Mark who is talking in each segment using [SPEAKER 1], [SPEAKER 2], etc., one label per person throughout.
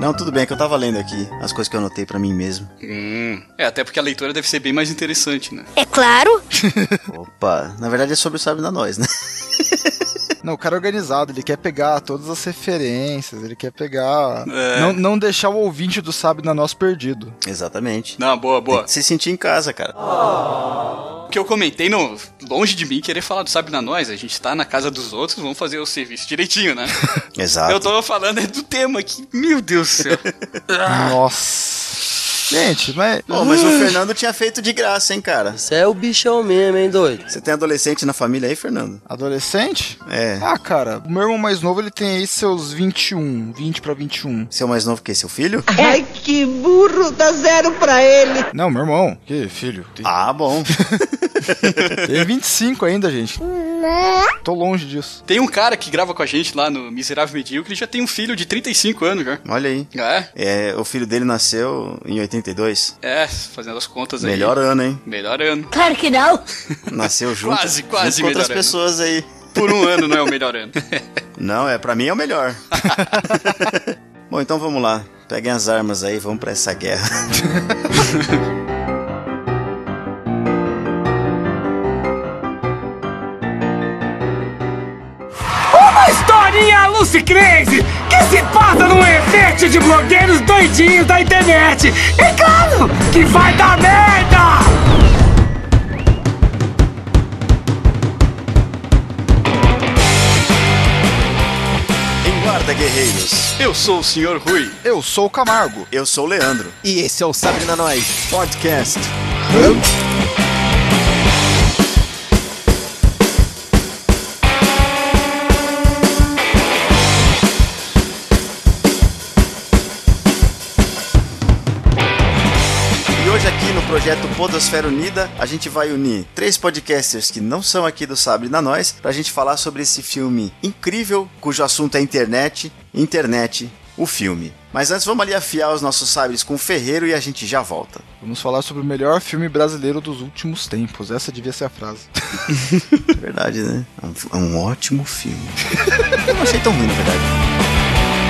[SPEAKER 1] Não, tudo bem, é que eu tava lendo aqui as coisas que eu anotei pra mim mesmo.
[SPEAKER 2] Hum. É, até porque a leitura deve ser bem mais interessante, né?
[SPEAKER 3] É claro.
[SPEAKER 1] Opa, na verdade é sobre o Sábio da Nós, né?
[SPEAKER 4] Não, o cara é organizado, ele quer pegar todas as referências, ele quer pegar.
[SPEAKER 1] É.
[SPEAKER 4] Não, não deixar o ouvinte do Sábio na Nós perdido.
[SPEAKER 1] Exatamente.
[SPEAKER 2] Não, boa,
[SPEAKER 1] Tem
[SPEAKER 2] boa.
[SPEAKER 1] que se sentir em casa, cara.
[SPEAKER 2] O que eu comentei, não, longe de mim querer falar do Sabe na Nós, a gente tá na casa dos outros, vamos fazer o serviço direitinho, né?
[SPEAKER 1] Exato.
[SPEAKER 2] Eu tô falando é do tema aqui, meu Deus do céu.
[SPEAKER 4] Nossa. Gente, mas.
[SPEAKER 1] Pô, mas o Fernando tinha feito de graça, hein, cara?
[SPEAKER 5] Você é o bichão mesmo, hein, doido?
[SPEAKER 1] Você tem adolescente na família aí, Fernando?
[SPEAKER 4] Adolescente?
[SPEAKER 1] É.
[SPEAKER 4] Ah, cara, o meu irmão mais novo ele tem aí seus 21, 20 pra 21.
[SPEAKER 1] Seu é mais novo que seu filho?
[SPEAKER 6] Ai, que burro, dá zero pra ele.
[SPEAKER 4] Não, meu irmão. Que filho? Tem,
[SPEAKER 1] Ah, bom.
[SPEAKER 4] tem 25 ainda, gente. Tô longe disso.
[SPEAKER 2] Tem um cara que grava com a gente lá no Miserável Medíocre, ele já tem um filho de 35 anos já.
[SPEAKER 1] Olha aí.
[SPEAKER 2] É,
[SPEAKER 1] É, o filho dele nasceu em 82.
[SPEAKER 2] é, fazendo as contas aí.
[SPEAKER 1] Melhor ano, hein?
[SPEAKER 2] Melhor ano.
[SPEAKER 3] Claro que não.
[SPEAKER 1] Nasceu junto,
[SPEAKER 2] Quase, quase
[SPEAKER 1] junto com outras
[SPEAKER 2] melhor ano.
[SPEAKER 1] pessoas aí.
[SPEAKER 2] Por um ano não é o melhor ano.
[SPEAKER 1] Não, é para mim é o melhor. bom, então vamos lá. Peguem as armas aí, vamos pra essa guerra.
[SPEAKER 7] Historinha Lucy Crazy, que se passa num evento de blogueiros doidinhos da internet. E claro que vai dar merda!
[SPEAKER 1] Em guarda, guerreiros.
[SPEAKER 2] Eu sou o senhor Rui.
[SPEAKER 4] Eu sou o Camargo.
[SPEAKER 1] Eu sou o Leandro.
[SPEAKER 5] E esse é o Sabe na Nós.
[SPEAKER 1] Podcast. E hoje aqui no projeto Podosfera Unida, a gente vai unir três podcasters que não são aqui do Sabre na Nós pra gente falar sobre esse filme incrível, cujo assunto é internet, internet, o filme. Mas antes vamos ali afiar os nossos sabres com o ferreiro e a gente já volta.
[SPEAKER 4] Vamos falar sobre o melhor filme brasileiro dos últimos tempos. Essa devia ser a frase.
[SPEAKER 1] É verdade, né? É um, é um ótimo filme. Eu não achei tão ruim, na verdade.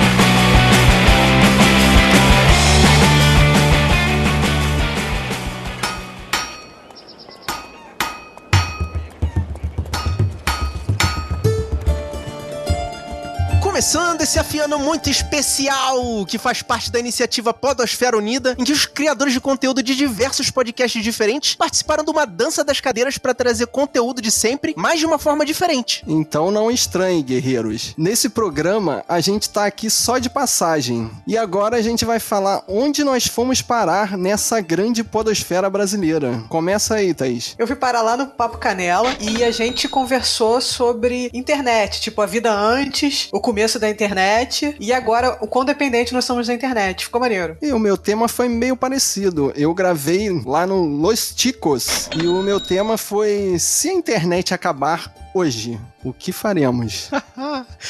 [SPEAKER 5] Começando esse afiano muito especial, que faz parte da iniciativa Podosfera Unida, em que os criadores de conteúdo de diversos podcasts diferentes participaram de uma dança das cadeiras para trazer conteúdo de sempre, mas de uma forma diferente.
[SPEAKER 8] Então não estranhe, guerreiros. Nesse programa, a gente tá aqui só de passagem. E agora a gente vai falar onde nós fomos parar nessa grande podosfera brasileira. Começa aí, Thaís.
[SPEAKER 6] Eu fui parar lá no Papo Canela e a gente conversou sobre internet, tipo a vida antes, o começo da internet e agora o quão dependente nós somos da internet. Ficou maneiro.
[SPEAKER 8] E o meu tema foi meio parecido. Eu gravei lá no Los Ticos. E o meu tema foi: se a internet acabar hoje, o que faremos?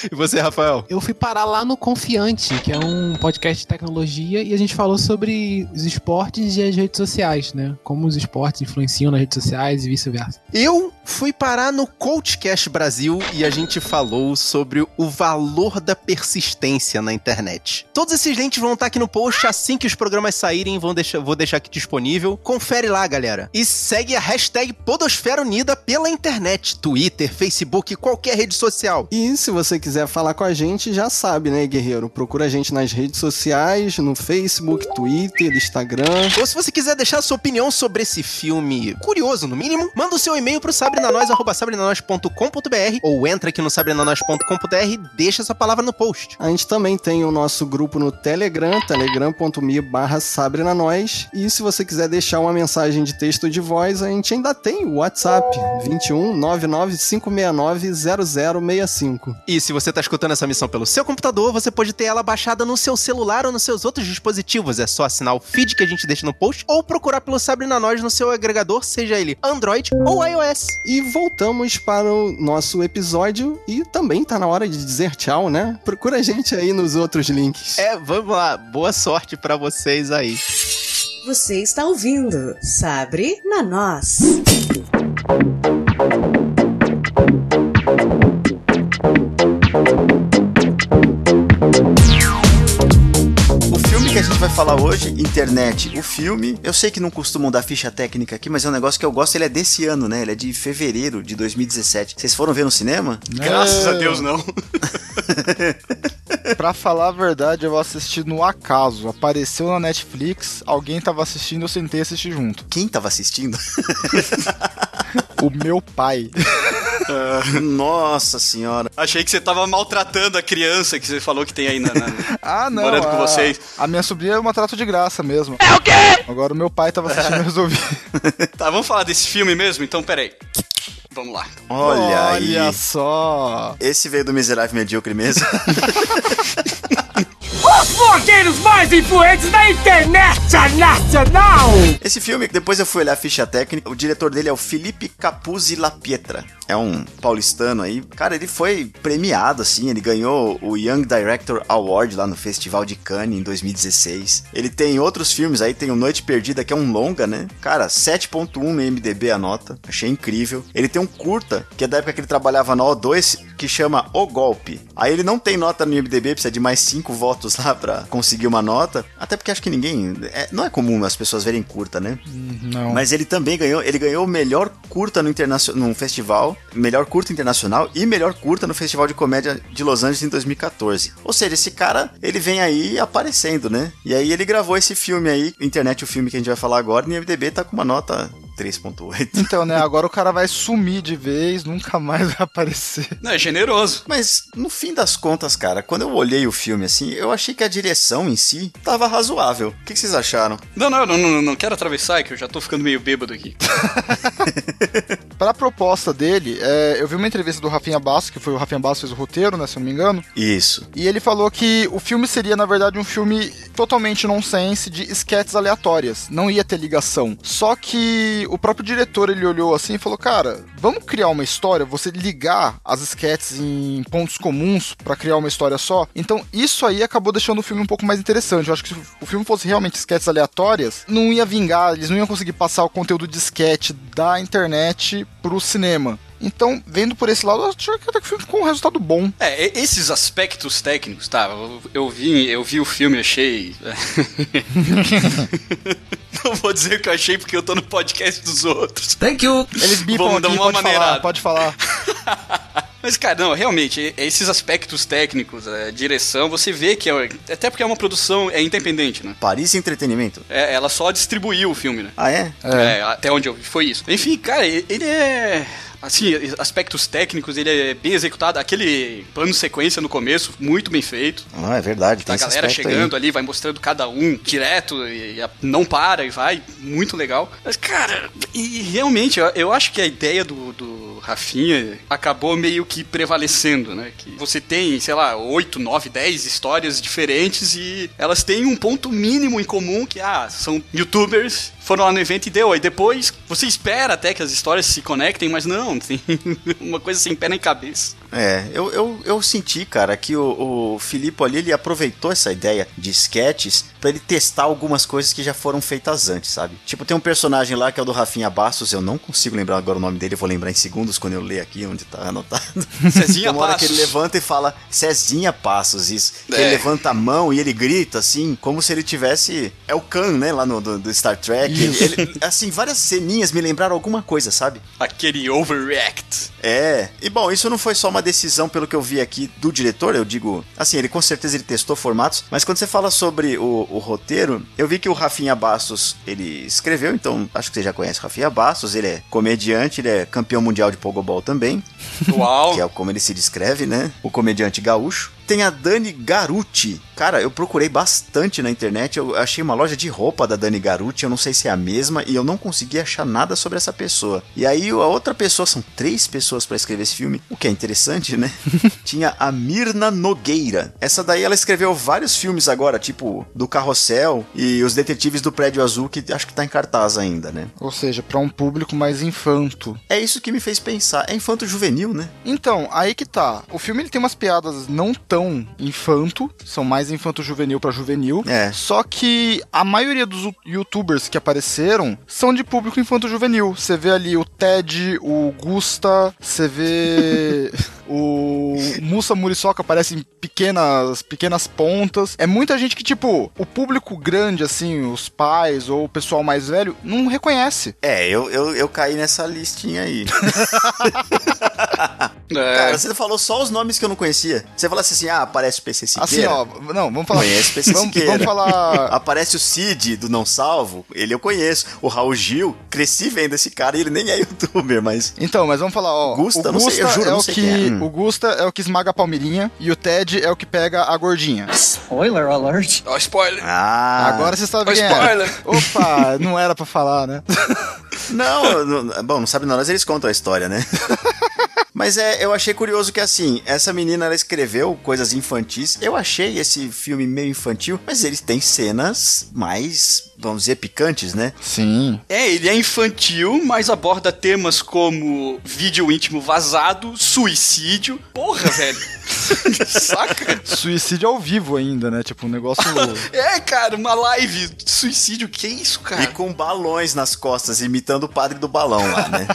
[SPEAKER 5] E você, Rafael?
[SPEAKER 9] Eu fui parar lá no Confiante, que é um podcast de tecnologia, e a gente falou sobre os esportes e as redes sociais, né? Como os esportes influenciam nas redes sociais e vice-versa.
[SPEAKER 5] Eu fui parar no Coachcast Brasil e a gente falou sobre o valor da persistência na internet. Todos esses links vão estar aqui no post assim que os programas saírem, vão deixar, vou deixar aqui disponível. Confere lá, galera. E segue a hashtag Podosfera Unida pela internet, Twitter, Facebook, qualquer rede social.
[SPEAKER 8] E se você quiser falar com a gente, já sabe, né, guerreiro? Procura a gente nas redes sociais, no Facebook, Twitter, Instagram.
[SPEAKER 5] Ou se você quiser deixar sua opinião sobre esse filme curioso, no mínimo, manda o seu e-mail pro sabrenanois, arroba sabrenanois.com.br ou entra aqui no sabrenanois.com.br e deixa sua palavra no post.
[SPEAKER 8] A gente também tem o nosso grupo no Telegram, telegram.me barra sabrenanois. E se você quiser deixar uma mensagem de texto ou de voz, a gente ainda tem o WhatsApp, 21 99569 0065.
[SPEAKER 5] E se você tá escutando essa missão pelo seu computador, você pode ter ela baixada no seu celular ou nos seus outros dispositivos. É só assinar o feed que a gente deixa no post ou procurar pelo Sabrina Nós no seu agregador, seja ele Android ou iOS.
[SPEAKER 8] E voltamos para o nosso episódio e também tá na hora de dizer tchau, né? Procura a gente aí nos outros links.
[SPEAKER 5] É, vamos lá. Boa sorte pra vocês aí.
[SPEAKER 10] Você está ouvindo Sabre na Nós.
[SPEAKER 5] O
[SPEAKER 1] falar hoje, internet, o filme. Eu sei que não costumam dar ficha técnica aqui, mas é um negócio que eu gosto, ele é desse ano, né? Ele é de fevereiro de 2017. Vocês foram ver no cinema?
[SPEAKER 2] Graças a Deus, não.
[SPEAKER 4] Pra falar a verdade, eu assisti no acaso. Apareceu na Netflix, alguém tava assistindo, eu sentei e assisti junto.
[SPEAKER 1] Quem tava assistindo?
[SPEAKER 4] O meu pai.
[SPEAKER 1] Nossa senhora.
[SPEAKER 2] Achei que você tava maltratando a criança que você falou que tem aí na. na-
[SPEAKER 4] Ah, não.
[SPEAKER 2] Morando
[SPEAKER 4] a,
[SPEAKER 2] com vocês.
[SPEAKER 4] A minha sobrinha é uma trato de graça mesmo. É o quê? Agora o meu pai tava assistindo e eu resolvi.
[SPEAKER 2] Tá, vamos falar desse filme mesmo? Então, peraí. Vamos lá.
[SPEAKER 1] Olha, aí.
[SPEAKER 4] Olha só.
[SPEAKER 1] Esse veio do Miserável Medíocre mesmo.
[SPEAKER 7] Os blogueiros mais influentes da internet nacional!
[SPEAKER 1] Esse filme, depois eu fui olhar a ficha técnica, o diretor dele é o Felipe Capuzzi La Pietra. É um paulistano aí. Cara, ele foi premiado, assim, ele ganhou o Young Director Award lá no Festival de Cannes em 2016. Ele tem outros filmes aí, tem o Noite Perdida, que é um longa, né? Cara, 7.1 no MDB a nota, achei incrível. Ele tem um curta, que é da época que ele trabalhava na O2, que chama O Golpe. Aí ele não tem nota no MDB, precisa de mais cinco votos lá pra conseguir uma nota. Até porque acho que ninguém... é- não é comum as pessoas verem curta, né?
[SPEAKER 4] Não.
[SPEAKER 1] Mas ele também ganhou, ele ganhou o melhor curta no internacio- num festival, melhor curta internacional e melhor curta no Festival de Comédia de Los Angeles em 2014. Ou seja, esse cara, ele vem aí aparecendo, né? E aí ele gravou esse filme aí, internet o filme que a gente vai falar agora, e o IMDb tá com uma nota 3.8.
[SPEAKER 4] Então, né? Agora o cara vai sumir de vez, nunca mais vai aparecer.
[SPEAKER 2] Não, é generoso.
[SPEAKER 1] Mas no fim das contas, cara, quando eu olhei o filme assim, eu achei que a direção em si tava razoável. O que que vocês acharam?
[SPEAKER 2] Não, não, eu não, não, não quero atravessar, é que eu já tô ficando meio bêbado aqui.
[SPEAKER 4] Pra proposta dele, é, eu vi uma entrevista do Rafinha Basso, que foi o Rafinha Basso que fez o roteiro, né? Se eu não me engano.
[SPEAKER 1] Isso.
[SPEAKER 4] E ele falou que o filme seria, na verdade, um filme totalmente nonsense de esquetes aleatórias. Não ia ter ligação. Só que o próprio diretor, ele olhou assim e falou, cara, vamos criar uma história, você ligar as esquetes em pontos comuns pra criar uma história só? Então, isso aí acabou deixando o filme um pouco mais interessante. Eu acho que se o filme fosse realmente esquetes aleatórias, não ia vingar, eles não iam conseguir passar o conteúdo de esquete da internet pro cinema. Então, vendo por esse lado, eu acho que até que o filme ficou um resultado bom.
[SPEAKER 2] É, e- esses aspectos técnicos, tá? Eu, eu vi, eu vi o filme, achei. é. não vou dizer o que eu achei porque eu tô no podcast dos outros.
[SPEAKER 4] Eles bipam
[SPEAKER 2] Vamos dar
[SPEAKER 4] aqui,
[SPEAKER 2] uma
[SPEAKER 4] pode falar,
[SPEAKER 2] maneirada.
[SPEAKER 4] pode falar.
[SPEAKER 2] Mas, cara, não, realmente, e- esses aspectos técnicos, a direção, você vê que é. Até porque é uma produção é independente, né?
[SPEAKER 1] Paris Entretenimento.
[SPEAKER 2] É, ela só distribuiu o filme, né?
[SPEAKER 1] Ah, é?
[SPEAKER 2] É. até onde eu vi foi isso. Enfim, cara, e- ele é. Assim, aspectos técnicos, ele é bem executado. Aquele plano sequência no começo, muito bem feito.
[SPEAKER 1] Ah, é verdade. Tem
[SPEAKER 2] A
[SPEAKER 1] esse
[SPEAKER 2] Tá galera
[SPEAKER 1] aspecto aí.
[SPEAKER 2] chegando ali, vai mostrando cada um direto, e, e a- não para e vai. Muito legal. Mas, cara, e realmente, eu, eu acho que a ideia do. do Rafinha acabou meio que prevalecendo, né? Que você tem, sei lá, 8, 9, 10 histórias diferentes e elas têm um ponto mínimo em comum que, ah, são youtubers, foram lá no evento e deu. Aí depois você espera até que as histórias se conectem, mas não, tem uma coisa sem pé nem cabeça.
[SPEAKER 1] É, eu, eu, eu senti, cara, que o, o Filipe ali, ele aproveitou essa ideia de sketches pra ele testar algumas coisas que já foram feitas antes, sabe? Tipo, tem um personagem lá que é o do Rafinha Bastos, eu não consigo lembrar agora o nome dele, eu vou lembrar em segundos quando eu ler aqui onde tá anotado.
[SPEAKER 2] Cezinha
[SPEAKER 1] Tem uma hora que
[SPEAKER 2] Passos.
[SPEAKER 1] ele levanta e fala Cezinha Passos, isso. Que
[SPEAKER 2] É.
[SPEAKER 1] Ele levanta a mão e ele grita, assim, como se ele tivesse... É o Khan, né, lá no, do, do Star Trek. Ele, ele- assim, várias ceninhas me lembraram alguma coisa, sabe?
[SPEAKER 2] Aquele overreact.
[SPEAKER 1] É. E bom, isso não foi só uma decisão, pelo que eu vi aqui, do diretor, eu digo. Assim, ele com certeza ele testou formatos, mas quando você fala sobre o, o roteiro, eu vi que o Rafinha Bastos, ele escreveu, então acho que você já conhece o Rafinha Bastos, ele é comediante, ele é campeão mundial de pogobol também,
[SPEAKER 2] Uau.
[SPEAKER 1] que é como ele se descreve, né? O comediante gaúcho. Tem a Dani Garuti. Cara, eu procurei bastante na internet, eu achei uma loja de roupa da Dani Garuti, eu não sei se é a mesma, e eu não consegui achar nada sobre essa pessoa. E aí a outra pessoa, são três pessoas pra escrever esse filme, o que é interessante, né? Tinha a Mirna Nogueira. Essa daí ela escreveu vários filmes agora, tipo do Carrossel e Os Detetives do Prédio Azul, que acho que tá em cartaz ainda, né?
[SPEAKER 4] Ou seja, pra um público mais infanto.
[SPEAKER 1] É isso que me fez pensar. É infanto-juvenil, né?
[SPEAKER 4] Então, aí que tá. O filme ele tem umas piadas não tão infanto, são mais infanto juvenil pra juvenil.
[SPEAKER 1] É.
[SPEAKER 4] Só que a maioria dos youtubers que apareceram são de público infanto juvenil. Você vê ali o Ted, o Gusta, você vê O Musa Muriçoca aparece em pequenas, pequenas pontas. É muita gente que, tipo, o público grande, assim, os pais ou o pessoal mais velho, não reconhece.
[SPEAKER 1] É, eu, eu, eu caí nessa listinha aí.
[SPEAKER 2] É,
[SPEAKER 1] Cara, você falou só os nomes que eu não conhecia. Você falasse assim, ah, aparece o PC Siqueira.
[SPEAKER 4] Assim, ó, não, vamos falar.
[SPEAKER 1] Conhece PC
[SPEAKER 4] Vamos,
[SPEAKER 1] Siqueira.
[SPEAKER 4] vamos falar.
[SPEAKER 1] Aparece o Cid do Não Salvo, ele eu conheço. O Raul Gil, cresci vendo esse cara e ele nem é youtuber, mas.
[SPEAKER 4] Então, mas vamos falar, ó.
[SPEAKER 1] Gusta,
[SPEAKER 4] o
[SPEAKER 1] não sei, eu juro,
[SPEAKER 4] é
[SPEAKER 1] não
[SPEAKER 4] o
[SPEAKER 1] sei
[SPEAKER 4] que
[SPEAKER 1] quem é.
[SPEAKER 4] O Gusta é o que esmaga a palmeirinha e o Ted é o que pega a gordinha.
[SPEAKER 3] Spoiler alert.
[SPEAKER 2] Ó, spoiler.
[SPEAKER 1] Ah,
[SPEAKER 4] Agora você sabe
[SPEAKER 2] Ó,
[SPEAKER 4] quem é.
[SPEAKER 2] spoiler.
[SPEAKER 4] Opa, não era pra falar, né?
[SPEAKER 1] Não, eu não- bom, não sabe não, mas eles contam a história, né? Mas é, eu achei curioso que assim, essa menina ela escreveu coisas infantis. Eu achei esse filme meio infantil, mas ele tem cenas mais, vamos dizer, picantes, né?
[SPEAKER 4] Sim.
[SPEAKER 2] É, ele é infantil, mas aborda temas como vídeo íntimo vazado, suicídio. Porra, velho. Saca?
[SPEAKER 4] Suicídio ao vivo ainda, né? Tipo, um negócio.
[SPEAKER 2] É, cara, uma live. de Suicídio, que isso,
[SPEAKER 1] E
[SPEAKER 2] cara?
[SPEAKER 1] com balões nas costas, imitando o padre do balão lá, né?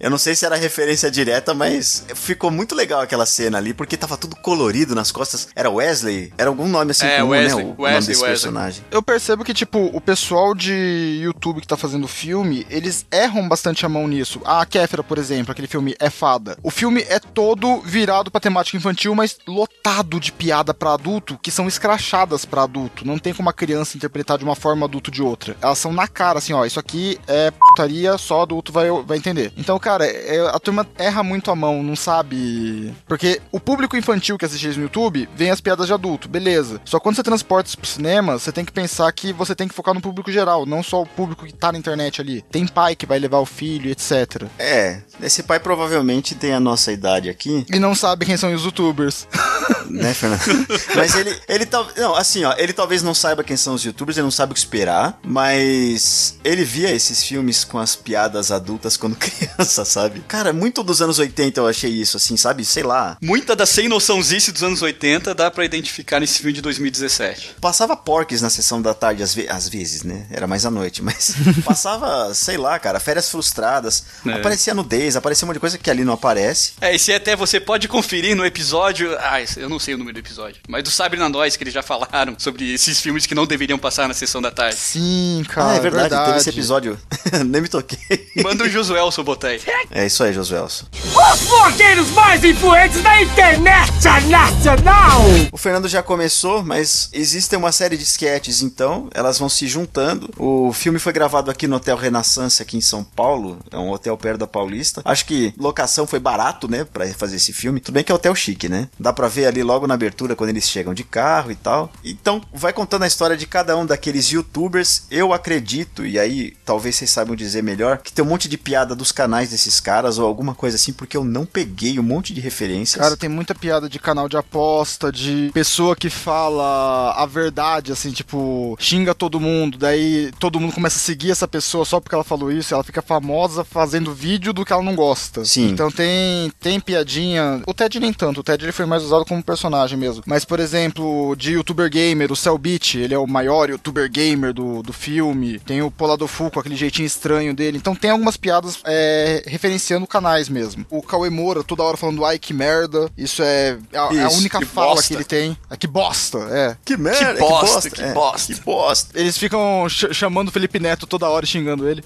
[SPEAKER 1] eu não sei se era referência direta, mas ficou muito legal aquela cena ali, porque tava tudo colorido nas costas. Era Wesley? Era algum nome assim
[SPEAKER 2] É,
[SPEAKER 1] comum, né?
[SPEAKER 2] Wesley,
[SPEAKER 1] O nome
[SPEAKER 2] Wesley,
[SPEAKER 1] desse
[SPEAKER 2] Wesley.
[SPEAKER 1] personagem.
[SPEAKER 4] Eu percebo que, tipo, o pessoal de YouTube que tá fazendo o filme, eles erram bastante a mão nisso. A Kéfera, por exemplo, aquele filme é fada. O filme é todo virado pra temática infantil, mas lotado de piada pra adulto, que são escrachadas pra adulto. Não tem como a criança interpretar de uma forma adulto de outra. Elas são na cara, assim, ó, isso aqui é putaria, só adulto vai, vai entender. Então, cara, é- a turma erra muito a mão, não sabe. Porque o público infantil que assiste isso no YouTube vem as piadas de adulto, beleza. Só quando você transporta isso pro cinema, você tem que pensar que você tem que focar no público geral, não só o público que tá na internet ali. Tem pai que vai levar o filho, etc.
[SPEAKER 1] É, esse pai provavelmente tem a nossa idade aqui.
[SPEAKER 4] E não sabe quem são os youtubers.
[SPEAKER 1] né, Fernando? mas ele, ele tal, não, assim, ó, ele talvez não saiba quem são os youtubers, ele não sabe o que esperar, mas ele via esses filmes com as piadas adultas quando criança, sabe? Cara, muito dos anos 80 eu achei isso, assim, sabe? Sei lá,
[SPEAKER 2] Muita da sem noçãozice dos anos 80 dá pra identificar nesse filme de 2017.
[SPEAKER 1] passava porques na sessão da tarde às, ve- às vezes, né? Era mais à noite, mas passava, sei lá, cara, férias frustradas,
[SPEAKER 2] É.
[SPEAKER 1] aparecia nudez, aparecia um monte de coisa que ali não aparece.
[SPEAKER 2] É, esse até você pode conferir no episódio. Ah, esse- eu não sei o número do episódio. Mas do Sabre na Nós, que eles já falaram sobre esses filmes que não deveriam passar na sessão da tarde.
[SPEAKER 4] Sim, cara.
[SPEAKER 1] Ah, é verdade, teve esse episódio. Nem me toquei.
[SPEAKER 2] Manda o Josuel Sobotei.
[SPEAKER 1] É isso aí, Josuelson.
[SPEAKER 7] Os blogueiros mais influentes da internet nacional!
[SPEAKER 1] O Fernando já começou, mas existem uma série de sketches, então elas vão se juntando. O filme foi gravado aqui no Hotel Renaissance, aqui em São Paulo, é um hotel perto da Paulista. Acho que locação foi barato, né, Pra fazer esse filme. Tudo bem que é hotel chique, né? Dá pra ver ali logo na abertura quando eles chegam de carro e tal. Então, vai contando a história de cada um daqueles youtubers. Eu acredito, e aí talvez vocês saibam dizer melhor, que tem um monte de piada dos canais desses caras ou alguma coisa assim, porque eu não peguei um monte de referências.
[SPEAKER 4] Cara, tem muita piada de canal de aposta, de pessoa que fala a verdade, assim, tipo, xinga todo mundo, daí todo mundo começa a seguir essa pessoa só porque ela falou isso, ela fica famosa fazendo vídeo do que ela não gosta.
[SPEAKER 1] Sim.
[SPEAKER 4] Então tem, tem piadinha. O Ted nem tanto, o Ted ele foi mais usado como personagem mesmo. Mas, por exemplo, de youtuber gamer, o Cellbit, ele é o maior youtuber gamer do, do filme. Tem o Poladofu com aquele jeitinho estranho dele. Então tem algumas piadas é, referenciando canais mesmo. O Cauê Moura toda hora falando, ai que merda. Isso é a, é a
[SPEAKER 1] Isso,
[SPEAKER 4] única
[SPEAKER 2] que
[SPEAKER 4] fala
[SPEAKER 2] bosta.
[SPEAKER 4] que ele tem. É, que bosta, é.
[SPEAKER 1] que merda,
[SPEAKER 2] que bosta, que
[SPEAKER 1] é.
[SPEAKER 2] bosta.
[SPEAKER 1] que bosta.
[SPEAKER 4] Eles ficam ch- chamando o Felipe Neto toda hora, xingando ele.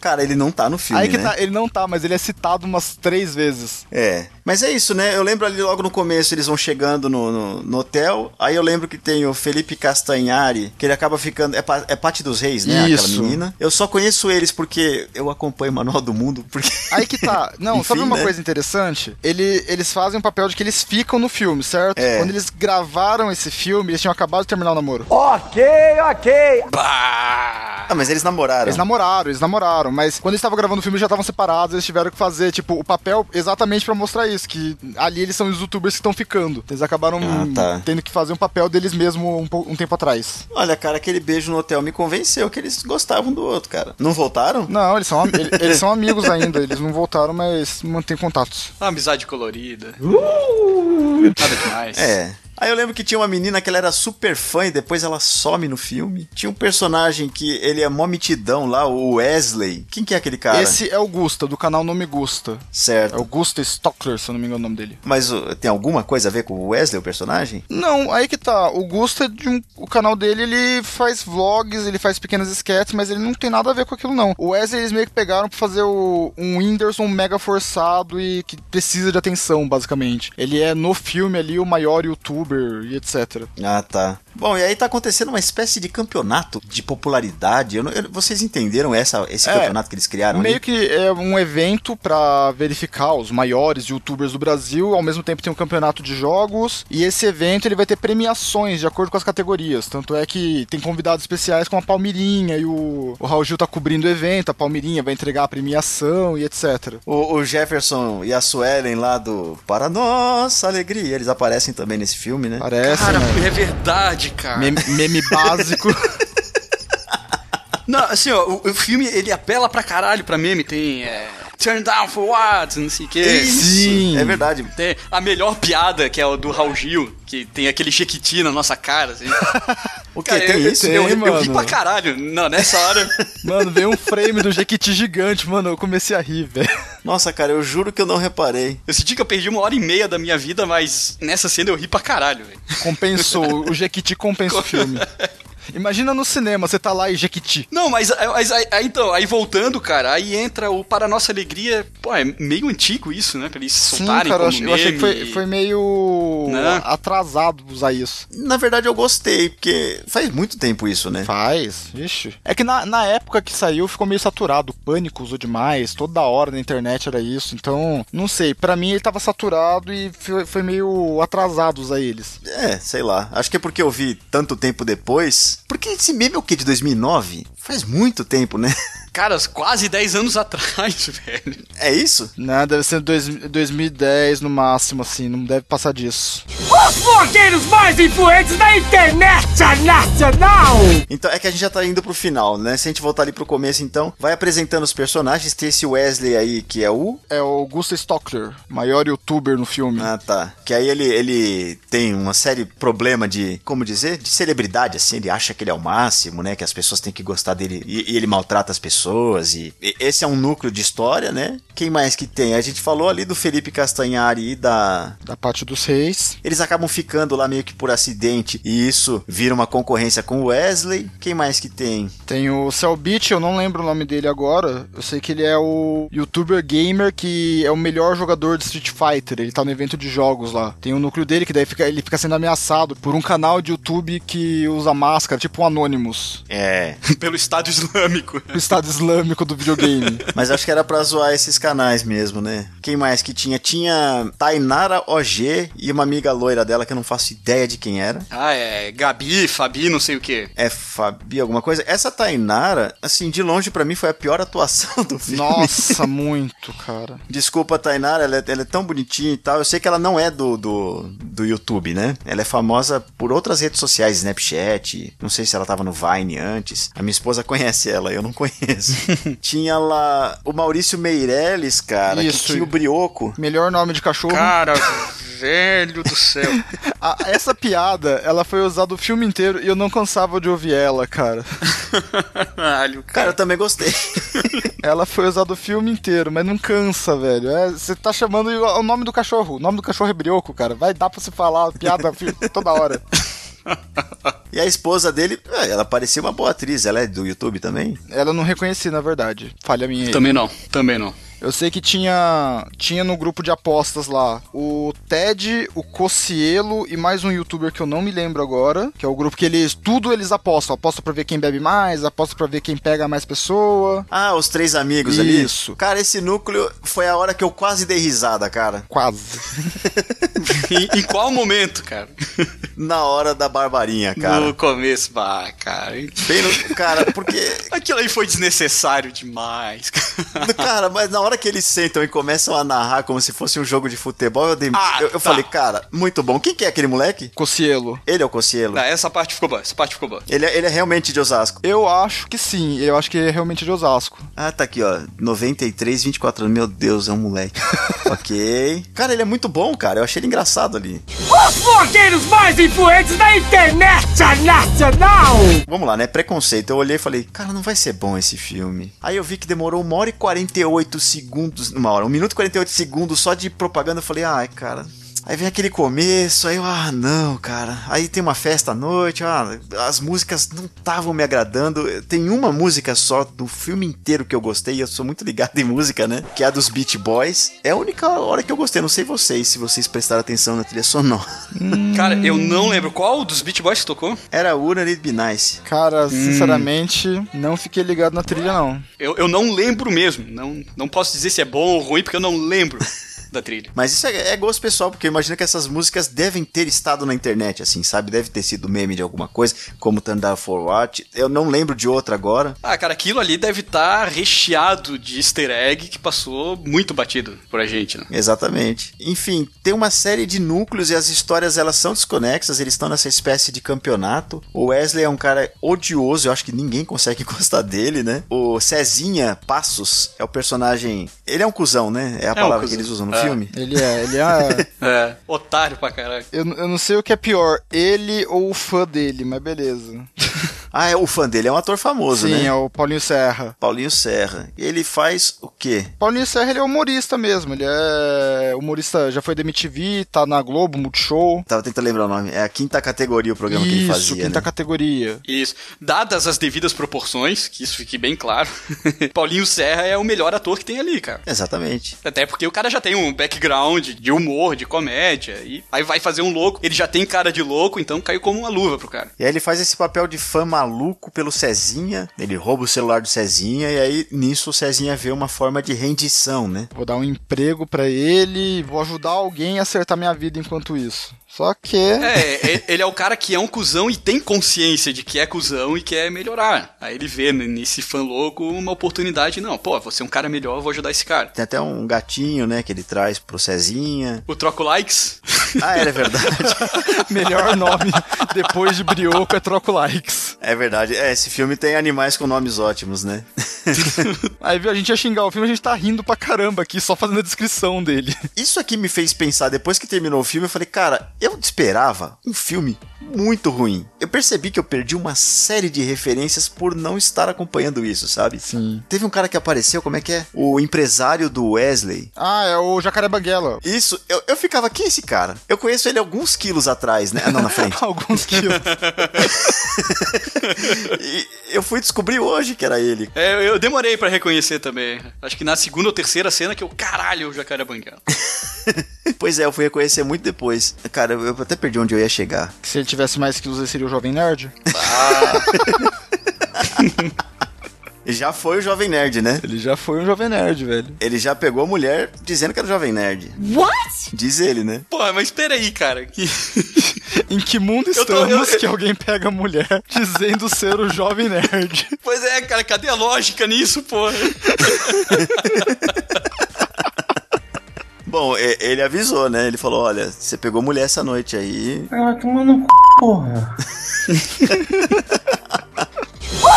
[SPEAKER 1] Cara, ele não tá no filme,
[SPEAKER 4] Aí que
[SPEAKER 1] né?
[SPEAKER 4] tá, ele não tá, mas ele é citado umas três vezes.
[SPEAKER 1] É. Mas é isso, né? Eu lembro ali logo no começo, eles vão chegando no, no- no hotel. Aí eu lembro que tem o Felipe Castanhari, que ele acaba ficando. É, pa, é Pati dos Reis, né?
[SPEAKER 4] Isso.
[SPEAKER 1] Aquela menina. Eu só conheço eles porque eu acompanho o Manual do Mundo, porque.
[SPEAKER 4] Aí que tá. Não,
[SPEAKER 1] Enfim,
[SPEAKER 4] sabe uma
[SPEAKER 1] né?
[SPEAKER 4] coisa interessante? Ele, eles fazem o papel de que eles ficam no filme, certo?
[SPEAKER 1] É.
[SPEAKER 4] Quando eles gravaram esse filme, eles tinham acabado de terminar o namoro.
[SPEAKER 7] Ok, ok.
[SPEAKER 1] Ah, mas eles namoraram.
[SPEAKER 4] Eles namoraram, eles namoraram, mas quando eles estavam gravando o filme já estavam separados, eles tiveram que fazer, tipo, o papel exatamente pra mostrar isso, que ali eles são os youtubers que estão ficando. Eles acabaram
[SPEAKER 1] Ah, tá.
[SPEAKER 4] tendo que fazer um papel deles mesmo um, pou- um tempo atrás.
[SPEAKER 1] Olha, cara, aquele beijo no hotel me convenceu que eles gostavam do outro, cara. Não voltaram?
[SPEAKER 4] Não, eles são, am- ele- eles são amigos ainda, eles não voltaram, mas mantêm contatos.
[SPEAKER 2] Uma amizade colorida. Nada demais.
[SPEAKER 1] É. Aí eu lembro que tinha uma menina que ela era super fã e depois ela some no filme. Tinha um personagem que ele é mó mitidão lá, o Wesley. Quem que é aquele cara?
[SPEAKER 4] Esse é o Gusta, do canal Nome Gusta. É
[SPEAKER 1] Certo.
[SPEAKER 4] o Gusta Stockler, se eu não me engano o nome dele.
[SPEAKER 1] Mas uh, tem alguma coisa a ver com o Wesley, o personagem?
[SPEAKER 4] Não, aí que tá. O Gusta, é de um- o canal dele, ele faz vlogs, ele faz pequenas sketches, mas ele não tem nada a ver com aquilo, não. O Wesley, eles meio que pegaram pra fazer o, um Whindersson mega forçado e que precisa de atenção, basicamente. Ele é, no filme ali, o maior youtuber e etc.
[SPEAKER 1] Ah, tá. Bom, e aí tá acontecendo uma espécie de campeonato de popularidade. Eu não- eu- vocês entenderam essa, esse
[SPEAKER 4] É,
[SPEAKER 1] campeonato que eles criaram? ali?
[SPEAKER 4] Meio que é um evento pra verificar os maiores youtubers do Brasil, ao mesmo tempo tem um campeonato de jogos, e esse evento ele vai ter premiações de acordo com as categorias. Tanto é que tem convidados especiais como a Palmirinha, e o, o Raul Gil tá cobrindo o evento, a Palmirinha vai entregar a premiação e etc.
[SPEAKER 1] O, o Jefferson e a Suelen lá do Para Nossa Alegria, eles aparecem também nesse filme, né?
[SPEAKER 4] Parece,
[SPEAKER 2] Cara,
[SPEAKER 4] né?
[SPEAKER 2] é verdade, cara.
[SPEAKER 4] Meme, meme básico.
[SPEAKER 2] Não, assim, ó, o, o filme ele apela pra caralho pra meme. Tem é, Turn Down for What, não sei o quê.
[SPEAKER 1] Sim. É verdade.
[SPEAKER 2] Tem a melhor piada, que é o do Raul Gil, que tem aquele chiquiti na nossa cara, assim.
[SPEAKER 1] O que
[SPEAKER 2] Cara,
[SPEAKER 1] tem
[SPEAKER 2] eu,
[SPEAKER 1] isso?
[SPEAKER 2] eu- eu, eu ri
[SPEAKER 4] mano.
[SPEAKER 2] pra caralho. Não, nessa hora.
[SPEAKER 4] mano, veio um frame do Jequiti gigante, mano, eu comecei a rir, velho.
[SPEAKER 1] Nossa, cara, eu juro que eu não reparei.
[SPEAKER 2] Eu senti que eu perdi uma hora e meia da minha vida, mas nessa cena eu ri pra caralho, velho.
[SPEAKER 4] Compensou, o Jequiti compensa o filme. Imagina no cinema, você tá lá e Jequiti.
[SPEAKER 2] Não, mas, mas aí, aí, então, aí voltando, cara, aí entra o Para Nossa Alegria. Pô, é meio antigo isso, né? Pra eles
[SPEAKER 4] Sim,
[SPEAKER 2] soltarem
[SPEAKER 4] cara, eu
[SPEAKER 2] como
[SPEAKER 4] achei, eu achei que foi,
[SPEAKER 2] meme.
[SPEAKER 4] foi meio
[SPEAKER 2] Né?
[SPEAKER 4] atrasado usar isso.
[SPEAKER 1] Na verdade, eu gostei, porque faz muito tempo isso, né?
[SPEAKER 4] Faz, vixe. É que na, na época que saiu ficou meio saturado. O pânico usou demais, toda hora na internet era isso. Então, não sei. Pra mim ele tava saturado e foi, foi meio atrasado usar eles.
[SPEAKER 1] É, sei lá. Acho que é porque eu vi tanto tempo depois. Porque esse meme é o quê? De 2009? Faz muito tempo, né?
[SPEAKER 2] Cara, quase 10 anos atrás, velho.
[SPEAKER 1] É isso?
[SPEAKER 4] Né? Deve ser dois, 2010 no máximo, assim. Não deve passar disso.
[SPEAKER 7] Os blogueiros mais influentes da internet nacional!
[SPEAKER 1] Então é que a gente já tá indo pro final, né? Se a gente voltar ali pro começo, então, vai apresentando os personagens. Tem esse Wesley aí, que é o.
[SPEAKER 4] É o Gusta Stockler, maior youtuber no filme.
[SPEAKER 2] É.
[SPEAKER 1] Ah, tá. Que aí ele, ele tem uma série de problema de, como dizer, de celebridade, assim. Ele acha que ele é o máximo, né? Que as pessoas têm que gostar dele e, e ele maltrata as pessoas. E, e esse é um núcleo de história, né? Quem mais que tem? A gente falou ali do Felipe Castanhari e da
[SPEAKER 4] Da parte dos reis.
[SPEAKER 1] Eles acabam ficando lá meio que por acidente e isso vira uma concorrência com o Wesley. Quem mais que tem?
[SPEAKER 4] Tem o Cellbit, eu não lembro o nome dele agora. Eu sei que ele é o youtuber gamer que é o melhor jogador de Street Fighter. Ele tá no evento de jogos lá. Tem o núcleo dele que daí fica- ele fica sendo ameaçado por um canal de YouTube que usa máscara, tipo um Anonymous. tipo
[SPEAKER 1] É,
[SPEAKER 2] Pelo Estado Islâmico.
[SPEAKER 4] O Estado Islâmico do videogame.
[SPEAKER 1] mas acho que era pra zoar esses canais mesmo, né? Quem mais que tinha? Tinha Tainara OG e uma amiga loira dela que eu não faço ideia de quem era.
[SPEAKER 2] Ah, é. Gabi, Fabi, não sei o quê.
[SPEAKER 1] É Fabi alguma coisa? Essa Tainara, assim, de longe pra mim foi a pior atuação do filme.
[SPEAKER 4] Nossa, muito, cara.
[SPEAKER 1] Desculpa, Tainara, ela é, ela é tão bonitinha e tal. Eu sei que ela não é do, do, do YouTube, né? Ela é famosa por outras redes sociais, Snapchat. Não sei se ela tava no Vine antes. A minha esposa conhece ela, eu não conheço. Tinha lá o Maurício Meirelles, cara,
[SPEAKER 4] Isso.
[SPEAKER 1] que tinha o Brioco.
[SPEAKER 4] Melhor nome de cachorro.
[SPEAKER 2] Cara, velho do céu.
[SPEAKER 4] A- essa piada, ela foi usada o filme inteiro e eu não cansava de ouvir ela, cara.
[SPEAKER 2] Caralho,
[SPEAKER 1] Cara, eu
[SPEAKER 2] cara.
[SPEAKER 1] também gostei.
[SPEAKER 4] Ela foi usada o filme inteiro, mas não cansa, velho. É, Você tá chamando o o nome do cachorro. O nome do cachorro é brioco, cara. Vai dar pra você falar piada fi- toda hora.
[SPEAKER 1] E a esposa dele, é, ela parecia uma boa atriz. Ela é do YouTube também?
[SPEAKER 4] Ela eu não reconheci, na verdade. Falha minha aí.
[SPEAKER 2] Também não, também não.
[SPEAKER 4] Eu sei que tinha tinha no grupo de apostas lá o Ted, o Cocielo e mais um youtuber que eu não me lembro agora, que é o grupo que eles tudo eles apostam, apostam pra ver quem bebe mais, apostam pra ver quem pega mais pessoa.
[SPEAKER 1] Ah, os três amigos ali.
[SPEAKER 4] Isso.
[SPEAKER 1] Cara, esse núcleo foi a hora que eu quase dei risada, cara.
[SPEAKER 4] Quase.
[SPEAKER 2] Em, em qual momento, cara?
[SPEAKER 1] Na hora da barbarinha, cara. cara.
[SPEAKER 2] No começo, bah, cara.
[SPEAKER 1] Bem no- Cara, porque.
[SPEAKER 2] Aquilo aí foi desnecessário demais, cara.
[SPEAKER 1] Cara, mas na hora que eles sentam e começam a narrar como se fosse um jogo de futebol, eu, dei-
[SPEAKER 2] Ah,
[SPEAKER 1] eu, eu
[SPEAKER 2] tá.
[SPEAKER 1] falei, cara, muito bom. Quem que é aquele moleque?
[SPEAKER 4] Cocielo.
[SPEAKER 1] Ele é o Cocielo.
[SPEAKER 2] Não, essa parte ficou boa, essa parte ficou boa.
[SPEAKER 1] Ele, é- ele é realmente de Osasco.
[SPEAKER 4] Eu acho que sim, eu acho que é realmente de Osasco.
[SPEAKER 1] Ah, tá aqui, ó. 93, 24 anos. Meu Deus, é um moleque. ok. Cara, ele é muito bom, cara. Eu achei ele engraçado ali.
[SPEAKER 7] Os blogueiros mais influentes da internet nacional!
[SPEAKER 1] Vamos lá, né? Preconceito. Eu olhei e falei, cara, não vai ser bom esse filme. Aí eu vi que demorou uma hora e 48 segundos. Uma hora, um minuto e 48 segundos só de propaganda. Eu falei, ai, cara. Aí vem aquele começo, aí eu, ah, não, cara. Aí tem uma festa à noite, ah, as músicas não estavam me agradando. Tem uma música só do filme inteiro que eu gostei, e eu sou muito ligado em música, né? Que é a dos Beat Boys. É a única hora que eu gostei, não sei vocês, se vocês prestaram atenção na trilha sonora.
[SPEAKER 2] Cara, eu não lembro qual dos Beat Boys tocou.
[SPEAKER 1] Era Wouldn't It Be Nice.
[SPEAKER 4] Cara, sinceramente, não fiquei ligado na trilha, não.
[SPEAKER 2] Eu, eu não lembro mesmo. Não, não posso dizer se é bom ou ruim, porque eu não lembro da trilha.
[SPEAKER 1] Mas isso é, é gosto pessoal, porque eu imagino que essas músicas devem ter estado na internet, assim, sabe? Deve ter sido meme de alguma coisa, como Thunder Forward. Eu não lembro de outra agora.
[SPEAKER 2] Ah, cara, aquilo ali deve estar recheado de easter egg que passou muito batido por a gente, né?
[SPEAKER 1] Exatamente. Enfim, tem uma série de núcleos e as histórias elas são desconexas, eles estão nessa espécie de campeonato. O Wesley é um cara odioso, eu acho que ninguém consegue gostar dele, né? O Cezinha Passos é o personagem. Ele é um cuzão, né? É a palavra que
[SPEAKER 2] cuzão.
[SPEAKER 1] eles usam no
[SPEAKER 2] É.
[SPEAKER 1] filme.
[SPEAKER 4] Ele é, ele é.
[SPEAKER 2] É. Otário pra caralho.
[SPEAKER 4] eu, eu não sei o que é pior, ele ou o fã dele, mas beleza.
[SPEAKER 1] Ah, é, o fã dele é um ator famoso,
[SPEAKER 4] Sim,
[SPEAKER 1] né?
[SPEAKER 4] é o Paulinho Serra.
[SPEAKER 1] Paulinho Serra. Ele faz o quê?
[SPEAKER 4] Paulinho Serra, ele é humorista mesmo, ele é humorista, já foi da MTV, tá na Globo, Multishow.
[SPEAKER 1] Tava tentando lembrar o nome. É a quinta categoria o programa que ele
[SPEAKER 4] Isso,
[SPEAKER 1] fazia.
[SPEAKER 4] quinta
[SPEAKER 1] né?
[SPEAKER 4] categoria.
[SPEAKER 2] Isso. Dadas as devidas proporções, que isso fique bem claro, Paulinho Serra é o melhor ator que tem ali, cara.
[SPEAKER 1] Exatamente.
[SPEAKER 2] Até porque o cara já tem um background de humor, de comédia, e aí vai fazer um louco, ele já tem cara de louco, então caiu como uma luva pro cara.
[SPEAKER 1] E aí ele faz esse papel de fã maluco pelo Cezinha. Ele rouba o celular do Cezinha e aí nisso o Cezinha vê uma forma de rendição, né?
[SPEAKER 4] Vou dar um emprego pra ele, vou ajudar alguém a acertar minha vida enquanto isso. Só que...
[SPEAKER 2] É, e- ele é o cara que é um cuzão e tem consciência de que é cuzão e quer melhorar. Aí ele vê n- nesse fã louco uma oportunidade, não, pô, você é um cara melhor, eu vou ajudar esse cara.
[SPEAKER 1] Tem até um gatinho, né, que ele traz pro Cezinha.
[SPEAKER 2] O troco likes.
[SPEAKER 1] Ah, era verdade.
[SPEAKER 4] Melhor nome depois de Brioco é Troco Likes.
[SPEAKER 1] É verdade. É, esse filme tem animais com nomes ótimos, né?
[SPEAKER 4] Aí viu, a gente ia xingar o filme, a gente tá rindo pra caramba aqui, só fazendo a descrição dele.
[SPEAKER 1] Isso aqui me fez pensar, depois que terminou o filme, eu falei, cara, eu esperava um filme muito ruim. Eu percebi que eu perdi uma série de referências por não estar acompanhando isso, sabe?
[SPEAKER 4] Sim.
[SPEAKER 1] Teve um cara que apareceu, como é que é? O empresário do Wesley.
[SPEAKER 4] Ah, é o Jacaré Banguela.
[SPEAKER 1] Isso, eu, eu ficava, quem é esse cara? Eu conheço ele alguns quilos atrás, né? Ah, Não, na frente.
[SPEAKER 4] Alguns quilos.
[SPEAKER 1] E eu fui descobrir hoje que era ele.
[SPEAKER 2] É, eu demorei pra reconhecer também. Acho que na segunda ou terceira cena que eu, caralho, o jacaré banguela.
[SPEAKER 1] Pois é, eu fui reconhecer muito depois. Cara, eu, eu até perdi onde eu ia chegar.
[SPEAKER 4] Se ele tivesse mais quilos, ele seria o Jovem Nerd?
[SPEAKER 1] E Já foi o Jovem Nerd, né?
[SPEAKER 4] Ele já foi um Jovem Nerd, velho.
[SPEAKER 1] Ele já pegou a mulher dizendo que era o Jovem Nerd. What? Diz ele, né?
[SPEAKER 2] Porra, mas peraí, cara. que-
[SPEAKER 4] Em que mundo
[SPEAKER 2] Eu
[SPEAKER 4] estamos
[SPEAKER 2] tô- eu- eu-
[SPEAKER 4] que alguém pega a mulher dizendo ser o Jovem Nerd?
[SPEAKER 2] Pois é, cara, cadê a lógica nisso, porra?
[SPEAKER 1] Bom, e- ele avisou, né? Ele falou: olha, você pegou mulher essa noite aí.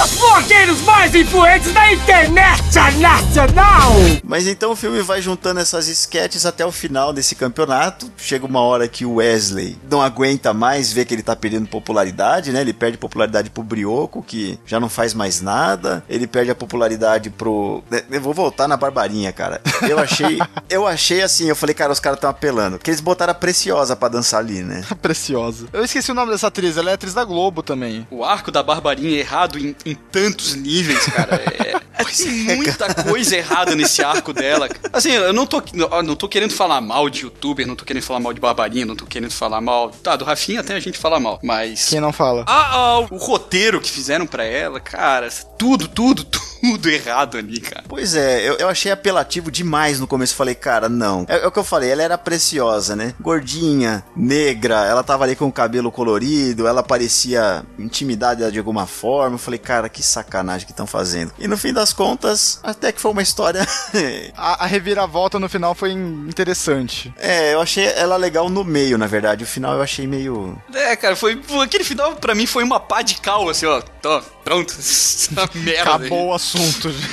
[SPEAKER 7] Os blogueiros mais influentes da internet nacional!
[SPEAKER 1] Mas então o filme vai juntando essas esquetes até o final desse campeonato. Chega uma hora que o Wesley não aguenta mais, vê que ele tá perdendo popularidade, né? Ele perde popularidade pro Brioco, que já não faz mais nada. Ele perde a popularidade pro. né? Eu vou voltar na Barbarinha, cara. Eu achei. eu achei assim, eu falei, cara, os caras tão apelando. Porque eles botaram a Preciosa pra dançar ali, né?
[SPEAKER 4] Preciosa. Eu esqueci o nome dessa atriz, ela é atriz da Globo também.
[SPEAKER 2] O arco da barbarinha é errado em, em tantos níveis, cara. É, tem muita coisa errada nesse arco dela. Assim, eu não tô, ó, não tô querendo falar mal de youtuber, não tô querendo falar mal de barbarinha, não tô querendo falar mal. Tá, do Rafinha até a gente fala mal, mas.
[SPEAKER 4] é- Quem não fala?
[SPEAKER 2] Ah, ah, o roteiro que fizeram pra ela, cara, tudo, tudo, tudo. tudo errado ali, cara.
[SPEAKER 1] Pois é, eu, eu achei apelativo demais no começo. Falei, cara, não. É, é o que eu falei, ela era preciosa, né? Gordinha, negra, ela tava ali com o cabelo colorido, ela parecia intimidada de alguma forma. Eu falei, cara, que sacanagem que estão fazendo. E no fim das contas, até que foi uma história.
[SPEAKER 4] A, a reviravolta no final foi in- interessante.
[SPEAKER 1] é, eu achei ela legal no meio, na verdade. O final eu achei meio.
[SPEAKER 2] É, cara, foi. pô, Aquele final pra mim foi uma pá de cal, assim, ó. Tô, pronto. Essa merda. aí.
[SPEAKER 4] Acabou o assunto.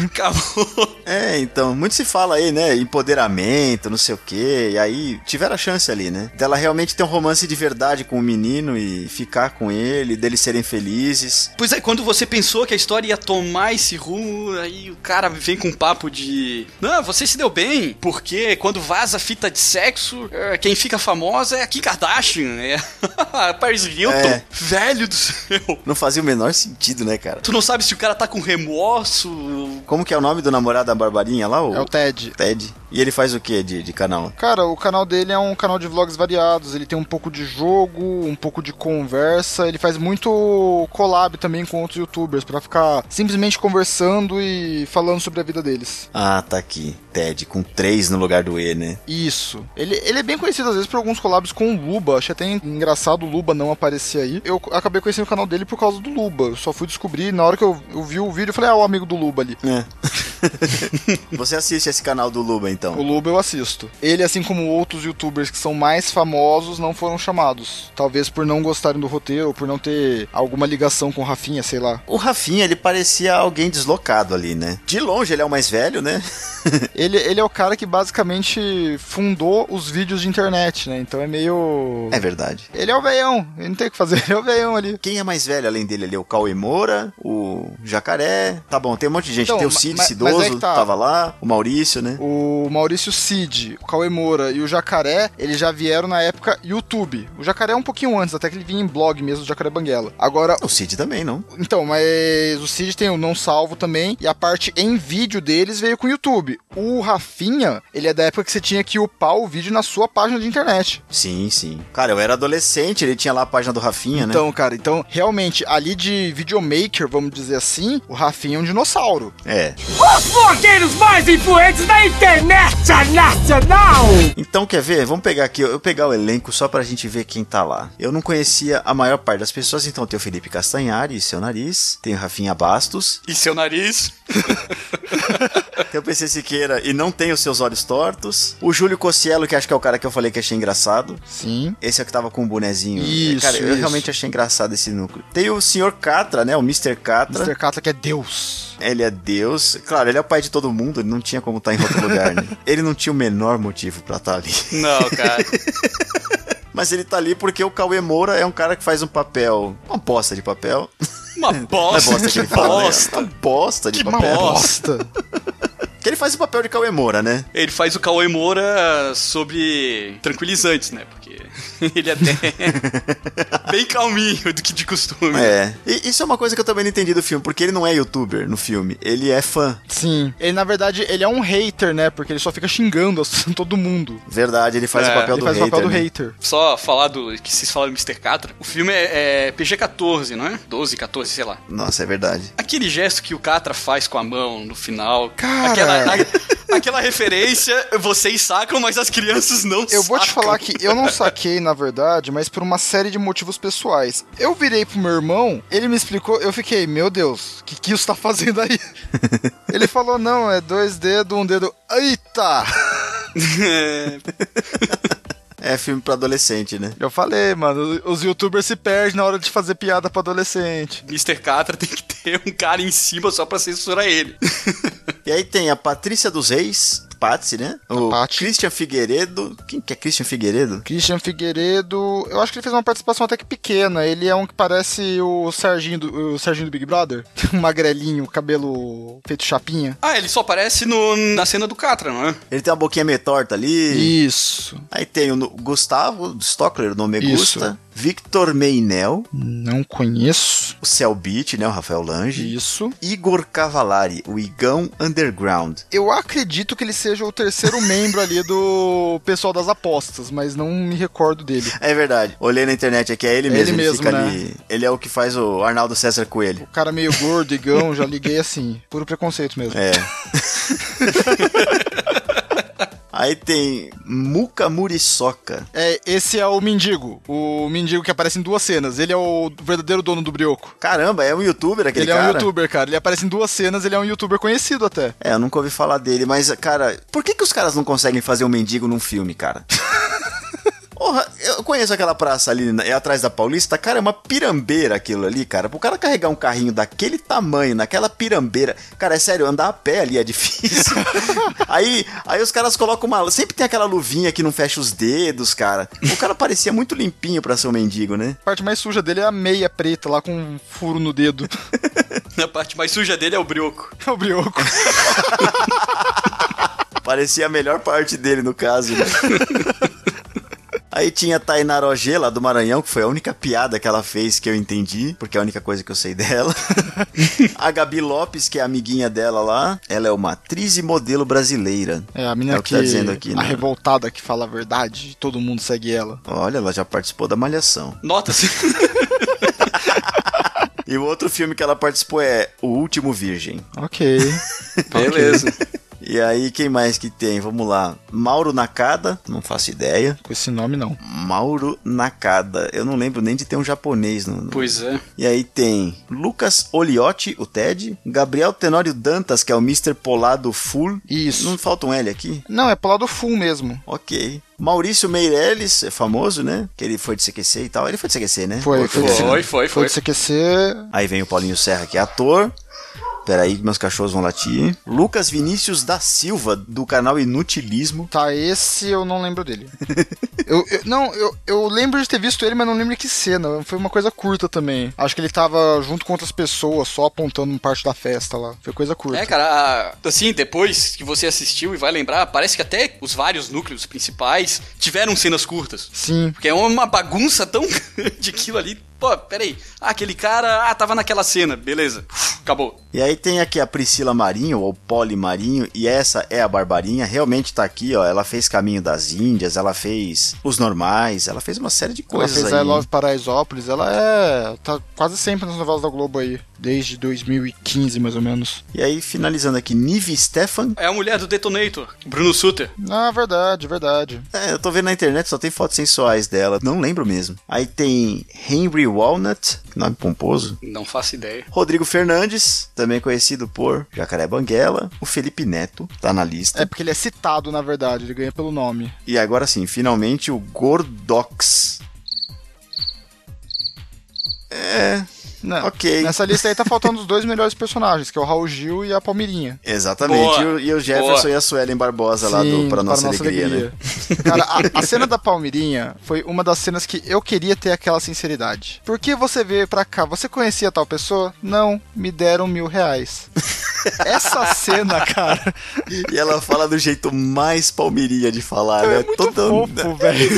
[SPEAKER 2] Acabou.
[SPEAKER 1] É, então, muito se fala aí, né? Empoderamento, não sei o quê. E aí tiveram a chance ali, né? Dela realmente ter um romance de verdade com o menino e ficar com ele, deles serem felizes.
[SPEAKER 2] Pois é, quando você pensou que a história ia tomar esse rumo, aí o cara vem com um papo de. Não, você se deu bem, porque quando vaza fita de sexo, é, quem fica famosa é a Kim Kardashian, é a Paris Hilton.
[SPEAKER 1] É.
[SPEAKER 2] Velho do céu.
[SPEAKER 1] Não fazia o menor sentido, né, cara?
[SPEAKER 2] Tu não sabe se o cara tá com remorso.
[SPEAKER 1] Como que é o nome do namorado da Barbarinha lá? O
[SPEAKER 4] É o Ted.
[SPEAKER 1] Ted. E ele faz o que de, de canal?
[SPEAKER 4] Cara, o canal dele é um canal de vlogs variados. Ele tem um pouco de jogo, um pouco de conversa. Ele faz muito collab também com outros youtubers pra ficar simplesmente conversando e falando sobre a vida deles.
[SPEAKER 1] Ah, tá aqui. Ted, com três no lugar do E, né?
[SPEAKER 4] Isso. Ele, ele é bem conhecido às vezes por alguns collabs com o Luba. Achei até engraçado o Luba não aparecer aí. Eu acabei conhecendo o canal dele por causa do Luba. Eu só fui descobrir na hora que eu, eu vi o vídeo, eu falei: "Ah, o amigo do Luba ali".
[SPEAKER 1] É. Você assiste esse canal do Luba,
[SPEAKER 4] O
[SPEAKER 1] então?
[SPEAKER 4] Lobo eu assisto. Ele, assim como outros youtubers que são mais famosos, não foram chamados. Talvez por não gostarem do roteiro, ou por não ter alguma ligação com o Rafinha, sei lá.
[SPEAKER 1] O Rafinha, ele parecia alguém deslocado ali, né? De longe ele é o mais velho, né?
[SPEAKER 4] Ele, ele é o cara que basicamente fundou os vídeos de internet, né? Então é meio.
[SPEAKER 1] É verdade.
[SPEAKER 4] Ele é o veião, ele não tem o que fazer, ele é o veião ali.
[SPEAKER 1] Quem é mais velho além dele ali? O Cauê Moura, o Jacaré. Tá bom, tem um monte de gente.
[SPEAKER 4] Então,
[SPEAKER 1] tem o
[SPEAKER 4] ma-
[SPEAKER 1] Cid,
[SPEAKER 4] ma-
[SPEAKER 1] esse idoso,
[SPEAKER 4] mas é que tá.
[SPEAKER 1] tava lá. O Maurício, né?
[SPEAKER 4] O Maurício Cid, o Cauê Moura e o Jacaré, eles já vieram na época YouTube. O Jacaré é um pouquinho antes, até que ele vinha em blog mesmo, o Jacaré Banguela. Agora,
[SPEAKER 1] O Cid também, não?
[SPEAKER 4] Então, mas o Cid tem o Não Salvo também, e a parte em vídeo deles veio com o YouTube. O Rafinha, ele é da época que você tinha que upar o vídeo na sua página de
[SPEAKER 1] Né?
[SPEAKER 4] internet.
[SPEAKER 1] Sim, sim. Cara, eu era adolescente, ele tinha lá a página do Rafinha, né?
[SPEAKER 4] Então, cara, então, realmente, ali de videomaker, vamos dizer assim, o Rafinha é um dinossauro.
[SPEAKER 1] É.
[SPEAKER 7] Os blogueiros mais influentes da internet nacional!
[SPEAKER 1] Então, quer ver? Vamos pegar aqui, eu pegar o elenco só pra gente ver quem tá lá. Eu não conhecia a maior parte das pessoas, então tem o Felipe Castanhari e seu nariz, tem o Rafinha Bastos,
[SPEAKER 2] E seu nariz?
[SPEAKER 1] tem o PC Siqueira e não tem os seus olhos tortos, o Júlio Cossielo, que acho que é o cara que eu falei que achei engraçado,
[SPEAKER 4] Sim.
[SPEAKER 1] esse é o que tava com o bonezinho. É,
[SPEAKER 4] Isso,
[SPEAKER 1] Cara, eu
[SPEAKER 4] isso.
[SPEAKER 1] realmente achei engraçado esse núcleo. Tem o Sr. Catra, né? O Mr. Catra.
[SPEAKER 4] Mr. Catra que é Deus.
[SPEAKER 1] Ele é Deus. Claro, ele é o pai de todo mundo, ele não tinha como estar em outro lugar, né? Ele não tinha o menor motivo pra estar ali.
[SPEAKER 2] Não, cara.
[SPEAKER 1] Mas ele tá ali porque o Cauê Moura é um cara que faz um papel, uma bosta de papel.
[SPEAKER 2] Uma bosta,
[SPEAKER 1] não é bosta que
[SPEAKER 2] que
[SPEAKER 1] ele fala, né?
[SPEAKER 2] bosta.
[SPEAKER 1] Uma bosta de
[SPEAKER 2] Que
[SPEAKER 1] papel.
[SPEAKER 2] bosta.
[SPEAKER 1] Porque ele faz o papel de Cauê Moura, né?
[SPEAKER 2] Ele faz o Cauê Moura sobre tranquilizantes, né? Porque ele é até bem calminho do que de costume.
[SPEAKER 1] É. E isso é uma coisa que eu também não entendi do filme, porque ele não é youtuber no filme, ele é fã.
[SPEAKER 4] Sim. Ele, na verdade, ele é um hater, né? Porque ele só fica xingando as- todo mundo.
[SPEAKER 1] Verdade, ele faz
[SPEAKER 2] É,
[SPEAKER 1] o papel
[SPEAKER 4] Ele
[SPEAKER 1] do
[SPEAKER 4] faz
[SPEAKER 1] hater.
[SPEAKER 4] o papel do
[SPEAKER 1] né?
[SPEAKER 4] hater.
[SPEAKER 2] Só falar do que vocês falaram do Mr. Catra. O filme é, é PG-14, não é? 12, 14, sei lá.
[SPEAKER 1] Nossa, é verdade.
[SPEAKER 2] Aquele gesto que o Catra faz com a mão no final.
[SPEAKER 4] Cara.
[SPEAKER 2] Aquela, a- aquela referência, vocês sacam, mas as crianças não
[SPEAKER 4] Eu vou te
[SPEAKER 2] sacam.
[SPEAKER 4] falar que eu não saquei, na verdade, mas por uma série de motivos pessoais. Eu virei pro meu irmão, ele me explicou, eu fiquei, meu Deus, o que, que isso tá fazendo aí? ele falou, não, é dois dedos, um dedo. Eita!
[SPEAKER 1] É filme pra adolescente, né?
[SPEAKER 4] Eu falei, mano, os youtubers se perdem na hora de fazer piada pra adolescente.
[SPEAKER 2] Mr. Catra tem que ter um cara em cima só pra censurar ele.
[SPEAKER 1] E aí tem a Patrícia dos Reis, Patsy, né? O
[SPEAKER 4] Paty.
[SPEAKER 1] Christian Figueiredo. Quem que é Christian Figueiredo?
[SPEAKER 4] Christian Figueiredo, eu acho que ele fez uma participação até que pequena. Ele é um que parece o Serginho do, o Serginho do Big Brother. Um magrelinho, cabelo feito chapinha.
[SPEAKER 2] Ah, ele só aparece no, na cena do Catra, não é?
[SPEAKER 1] Ele tem uma boquinha meio torta ali.
[SPEAKER 4] Isso.
[SPEAKER 1] Aí tem o no- Gustavo Stockler, o nome é
[SPEAKER 4] Isso.
[SPEAKER 1] Gusta. Victor Meinel,
[SPEAKER 4] Não conheço.
[SPEAKER 1] o Celbit, né, o Rafael Lange,
[SPEAKER 4] Isso.
[SPEAKER 1] Igor Cavalari, o Igão Underground.
[SPEAKER 4] Eu acredito que ele seja o terceiro membro ali do pessoal das apostas, mas não me recordo dele.
[SPEAKER 1] É verdade. Olhei na internet aqui, é ele
[SPEAKER 4] É
[SPEAKER 1] mesmo.
[SPEAKER 4] ele mesmo,
[SPEAKER 1] fica
[SPEAKER 4] né?
[SPEAKER 1] ali. Ele é o que faz o Arnaldo César Coelho.
[SPEAKER 4] O cara meio gordo, igão, já liguei assim. Puro preconceito mesmo.
[SPEAKER 1] É. Aí tem Muca Muriçoca.
[SPEAKER 4] É, esse é o mendigo. O mendigo que aparece em duas cenas. Ele é o verdadeiro dono do brioco.
[SPEAKER 1] Caramba, é um youtuber aquele
[SPEAKER 4] ele
[SPEAKER 1] cara?
[SPEAKER 4] é um youtuber, cara. Ele aparece em duas cenas, ele é um youtuber conhecido até.
[SPEAKER 1] É, eu nunca ouvi falar dele, mas, cara, por que, que os caras não conseguem fazer um mendigo num filme, cara? Porra, eu conheço aquela praça ali, na- é atrás da Paulista, cara, é uma pirambeira aquilo ali, cara. Pro cara carregar um carrinho daquele tamanho, naquela pirambeira, cara, é sério, andar a pé ali é difícil. aí, aí os caras colocam uma. Sempre tem aquela luvinha que não fecha os dedos, cara. O cara parecia muito limpinho pra ser um mendigo, né?
[SPEAKER 4] A parte mais suja dele é a meia preta lá com um furo no dedo.
[SPEAKER 2] A parte mais suja dele é o brioco.
[SPEAKER 4] É o brioco.
[SPEAKER 1] Parecia a melhor parte dele, no caso. né? Aí tinha a Tainá Roger, lá do Maranhão, que foi a única piada que ela fez que eu entendi, porque é a única coisa que eu sei dela. a Gabi Lopes, que é a amiguinha dela lá, ela é uma atriz e modelo brasileira.
[SPEAKER 4] É, a menina
[SPEAKER 1] É o que
[SPEAKER 4] que,
[SPEAKER 1] tá dizendo aqui,
[SPEAKER 4] a
[SPEAKER 1] né?
[SPEAKER 4] revoltada que fala a verdade, todo mundo segue ela.
[SPEAKER 1] Olha, ela já participou da Malhação.
[SPEAKER 2] Nota-se.
[SPEAKER 1] E o outro filme que ela participou é O Último Virgem.
[SPEAKER 4] Ok.
[SPEAKER 2] Beleza.
[SPEAKER 1] E aí, quem mais que tem? Vamos lá. Mauro Nakada, não faço ideia.
[SPEAKER 4] Com esse nome não.
[SPEAKER 1] Mauro Nakada. Eu não lembro nem de ter um japonês no, no,
[SPEAKER 2] Pois é.
[SPEAKER 1] E aí tem Lucas Oliotti, o Ted, Gabriel Tenório Dantas, que é o Mr. Polado Full.
[SPEAKER 4] Isso.
[SPEAKER 1] Não falta um L aqui?
[SPEAKER 4] Não, é pro lado full mesmo.
[SPEAKER 1] Ok. Maurício Meirelles, é famoso, né? Que ele foi de CQC e tal. Ele foi de CQC, né?
[SPEAKER 4] Foi,
[SPEAKER 1] Ou
[SPEAKER 4] foi de
[SPEAKER 2] Foi, foi,
[SPEAKER 4] Foi
[SPEAKER 2] foi.
[SPEAKER 4] de CQC.
[SPEAKER 1] Aí vem o Paulinho Serra, que é ator. Peraí, meus cachorros vão latir. Lucas Vinícius da Silva, do canal Inutilismo.
[SPEAKER 4] Tá, esse eu não lembro dele. eu, eu- não, eu, eu lembro de ter visto ele, mas não lembro que cena. Foi uma coisa curta também. Acho que ele tava junto com outras pessoas, só apontando uma parte da festa lá. Foi coisa curta.
[SPEAKER 2] É, cara, a- assim, depois que você assistiu e vai lembrar, parece que até os vários núcleos principais tiveram cenas curtas.
[SPEAKER 4] Sim.
[SPEAKER 2] Porque é uma bagunça tão grande aquilo ali. Pô, peraí. Ah, aquele cara, ah, tava naquela cena, beleza. Uf, Acabou.
[SPEAKER 1] E aí tem aqui a Priscila Marinho, ou Poli Marinho, e essa é a Barbarinha. Realmente tá aqui, ó. Ela fez Caminho das Índias, ela fez Os Normais, ela fez uma série de
[SPEAKER 4] Ela
[SPEAKER 1] coisas
[SPEAKER 4] fez
[SPEAKER 1] aí.
[SPEAKER 4] I Love Paraisópolis, ela é. tá quase sempre nas novelas da Globo aí. Desde 2015, mais ou menos.
[SPEAKER 1] E aí, finalizando aqui, Nive Stefan.
[SPEAKER 2] É a mulher do Detonator, Bruno Suter.
[SPEAKER 4] Ah, verdade, verdade.
[SPEAKER 1] É, eu tô vendo na internet, só tem fotos sensuais dela. Não lembro mesmo. Aí tem Henry Walnut, que nome pomposo.
[SPEAKER 2] Não faço ideia.
[SPEAKER 1] Rodrigo Fernandes, também conhecido por Jacaré Banguela. O Felipe Neto, tá na lista.
[SPEAKER 4] É porque ele é citado, na verdade, ele ganha pelo nome.
[SPEAKER 1] E agora sim, finalmente o Gordox. É,
[SPEAKER 4] Não.
[SPEAKER 1] ok.
[SPEAKER 4] Nessa lista aí tá faltando os dois melhores personagens, que é o Raul Gil e a Palmeirinha.
[SPEAKER 1] Exatamente.
[SPEAKER 2] Boa.
[SPEAKER 1] E o- E o Jefferson
[SPEAKER 2] Boa.
[SPEAKER 1] e a Suelen Barbosa é lá do Pra Nossa, Alegria, né?
[SPEAKER 4] Cara, a, a cena da Palmeirinha foi uma das cenas que eu queria ter aquela sinceridade. Por que você veio pra cá? Você conhecia tal pessoa? Não, me deram mil reais. Essa cena, cara,
[SPEAKER 1] E ela fala do jeito mais palmeirinha de falar, né?
[SPEAKER 4] é muito
[SPEAKER 1] Toda-
[SPEAKER 4] fofo, velho.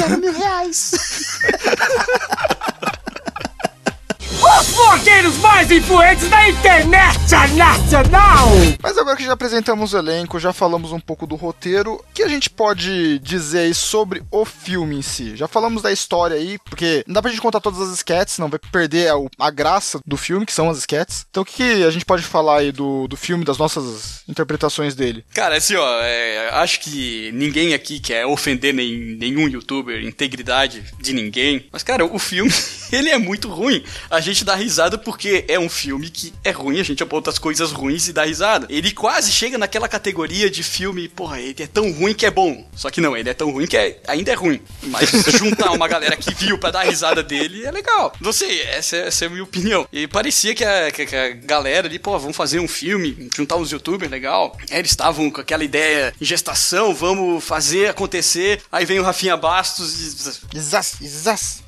[SPEAKER 7] Os blogueiros mais influentes da internet nacional!
[SPEAKER 4] Mas agora que já apresentamos o elenco, já falamos um pouco do roteiro, o que a gente pode dizer aí sobre o filme em si? Já falamos da história aí, porque não dá pra gente contar todas as sketches, não vai perder a, a graça do filme, que são as sketches. Então o que, que a gente pode falar aí do, do filme, das nossas interpretações dele?
[SPEAKER 2] Cara, assim, ó, é, acho que ninguém aqui quer ofender nem- nenhum youtuber, integridade de ninguém. Mas, cara, o filme, ele é muito ruim. A gente dá risada porque é um filme que é ruim, a gente aponta as coisas ruins e dá risada. Ele quase chega naquela categoria de filme, porra, ele é tão ruim que é bom. Só que não, ele é tão ruim que é- ainda é ruim. Mas juntar uma galera que viu pra dar risada dele é legal. Não sei, essa, é- essa é a minha opinião. E parecia que a, que- que a galera ali, pô, vamos fazer um filme, juntar uns youtubers, legal. É, Eles estavam com aquela ideia em gestação, vamos fazer acontecer. Aí vem o Rafinha Bastos e.
[SPEAKER 4] Zaz, zaz.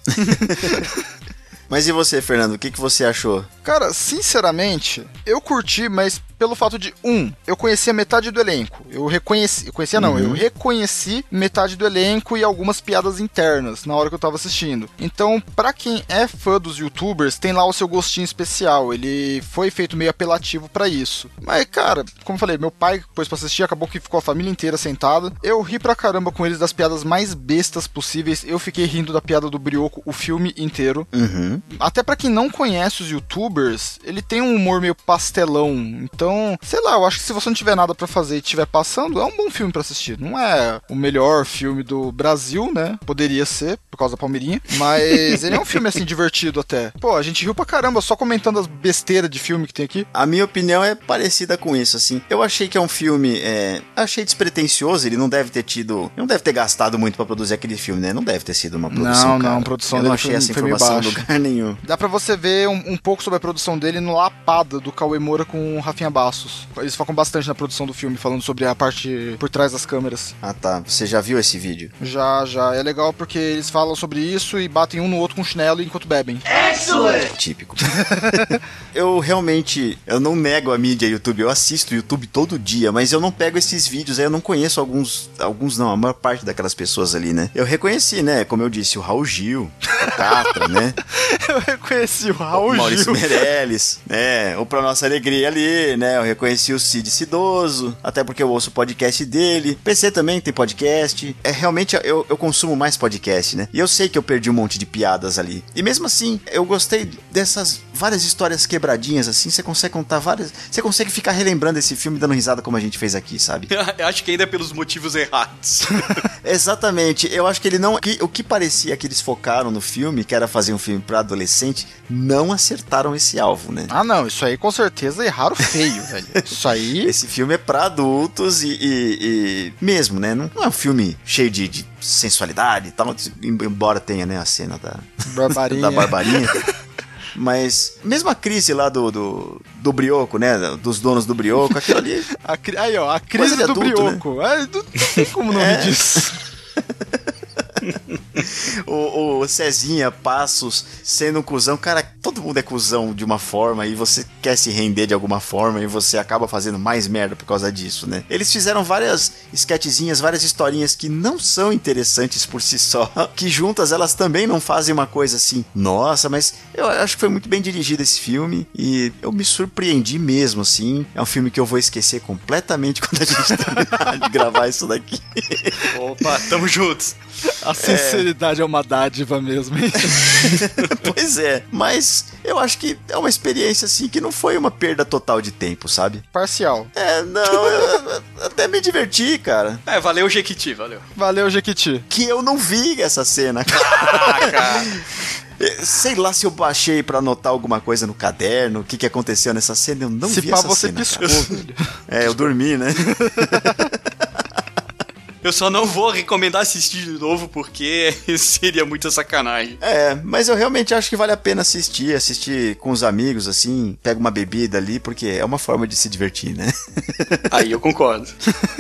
[SPEAKER 1] Mas e você, Fernando? O que, que você achou?
[SPEAKER 4] Cara, sinceramente, eu curti, mas pelo fato de, um, eu conhecia metade do elenco. Eu reconheci. Eu conhecia não, eu reconheci metade do elenco e algumas piadas internas na hora que eu tava assistindo. Então, pra quem é fã dos youtubers, tem lá o seu gostinho especial. Ele foi feito meio apelativo pra isso. Mas, cara, como eu falei, meu pai pôs pra assistir, acabou que ficou a família inteira sentada. Eu ri pra caramba com eles das piadas mais bestas possíveis. Eu fiquei rindo da piada do Brioco o filme inteiro.
[SPEAKER 1] Uhum.
[SPEAKER 4] Até pra quem não conhece os youtubers, ele tem um humor meio pastelão. Então, sei lá, eu acho que se você não tiver nada pra fazer e estiver passando, é um bom filme pra assistir. Não é o melhor filme do Brasil, né? Poderia ser, por causa da Palmeirinha. Mas ele é um filme, assim, divertido até. Pô, a gente riu pra caramba só comentando as besteiras de filme que tem aqui.
[SPEAKER 1] A minha opinião é parecida com isso, assim. Eu achei que é um filme. é, Achei despretensioso, ele não deve ter tido. Não deve ter gastado muito pra produzir aquele filme, né? Não deve ter sido uma produção.
[SPEAKER 4] Não, não,
[SPEAKER 1] cara.
[SPEAKER 4] a produção
[SPEAKER 1] Eu não
[SPEAKER 4] dele
[SPEAKER 1] achei
[SPEAKER 4] foi-
[SPEAKER 1] essa
[SPEAKER 4] foi meio
[SPEAKER 1] informação em
[SPEAKER 4] baixa.
[SPEAKER 1] lugar nenhum.
[SPEAKER 4] Dá pra você ver um, um pouco sobre a produção dele no Lapada do Cauê Moura com o Rafinha Bastos. Eles focam bastante na produção do filme, falando sobre a parte por trás das câmeras.
[SPEAKER 1] Ah tá, você já viu esse vídeo?
[SPEAKER 4] Já, já. É legal porque eles falam sobre isso e batem um no outro com chinelo enquanto bebem.
[SPEAKER 1] É Típico. eu realmente, eu não nego a mídia YouTube, eu assisto YouTube todo dia, mas eu não pego esses vídeos, aí eu não conheço alguns, alguns não, a maior parte daquelas pessoas ali, né? Eu reconheci, né, como eu disse, o Raul Gil, a Catra, né?
[SPEAKER 4] Eu reconheci o
[SPEAKER 1] o
[SPEAKER 4] Raul
[SPEAKER 1] Maurício
[SPEAKER 4] Gil.
[SPEAKER 1] Meirelles, né? O Pra Nossa Alegria ali, né? Eu reconheci o Cid Cidoso, até porque eu ouço o podcast dele. PC também tem podcast. É realmente eu, eu consumo mais podcast, né? E eu sei que eu perdi um monte de piadas ali. E mesmo assim, eu gostei dessas várias histórias quebradinhas, assim. Você consegue contar várias. Você consegue ficar relembrando esse filme dando risada como a gente fez aqui, sabe?
[SPEAKER 2] Eu acho que ainda é pelos motivos errados.
[SPEAKER 1] Exatamente. Eu acho que ele não. que- o que parecia que eles focaram no filme, que era fazer um filme pra adolescente, não acertaram esse alvo, né?
[SPEAKER 4] Ah, não. Isso aí com certeza erraram feio, velho. Isso aí.
[SPEAKER 1] Esse filme é pra adultos e, e- e- mesmo, né? Não, não é um filme cheio de, de sensualidade e tal, embora tenha, né, a cena da,
[SPEAKER 4] Barbarinha.
[SPEAKER 1] da barbarinha. Mas mesmo a crise lá do, do, do Brioco, né? Dos donos do Brioco, aquilo ali
[SPEAKER 4] A cri- Aí, ó. A crise
[SPEAKER 1] de
[SPEAKER 4] do
[SPEAKER 1] adulto,
[SPEAKER 4] brioco. Ah, não, não tem como não
[SPEAKER 1] É.
[SPEAKER 4] me disso.
[SPEAKER 1] o, o Cezinha, Passos, sendo um cuzão. Cara, todo mundo é cuzão de uma forma e você quer se render de alguma forma e você acaba fazendo mais merda por causa disso, né? Eles fizeram várias esquetezinhas, várias historinhas que não são interessantes por si só, que juntas elas também não fazem uma coisa assim, nossa, mas eu acho que foi muito bem dirigido esse filme e eu me surpreendi mesmo, assim. É um filme que eu vou esquecer completamente quando a gente terminar de gravar isso daqui.
[SPEAKER 2] Opa, tamo juntos.
[SPEAKER 4] A
[SPEAKER 5] assim,
[SPEAKER 4] sinceridade é, uma dádiva mesmo. hein?
[SPEAKER 1] Pois é, mas eu acho que é uma experiência assim que não foi uma perda total de tempo, sabe?
[SPEAKER 4] Parcial.
[SPEAKER 1] É, não, eu, eu até me diverti, cara.
[SPEAKER 2] É, valeu, Jequiti, valeu.
[SPEAKER 4] Valeu, Jequiti.
[SPEAKER 1] Que eu não vi essa cena, cara.
[SPEAKER 2] Ah, cara.
[SPEAKER 1] Eh, Sei lá se eu baixei pra anotar alguma coisa no caderno, o que, que aconteceu nessa cena, eu não
[SPEAKER 4] Se
[SPEAKER 1] vi
[SPEAKER 4] pá,
[SPEAKER 1] essa
[SPEAKER 4] você
[SPEAKER 1] cena.
[SPEAKER 4] piscou,
[SPEAKER 1] cara.
[SPEAKER 4] velho.
[SPEAKER 1] É, eu dormi, né?
[SPEAKER 2] Eu só não vou recomendar assistir de novo porque seria muita sacanagem.
[SPEAKER 1] É, mas eu realmente acho que vale a pena assistir, assistir com os amigos, assim, pega uma bebida ali, porque é uma forma de se divertir, né?
[SPEAKER 2] Aí eu concordo.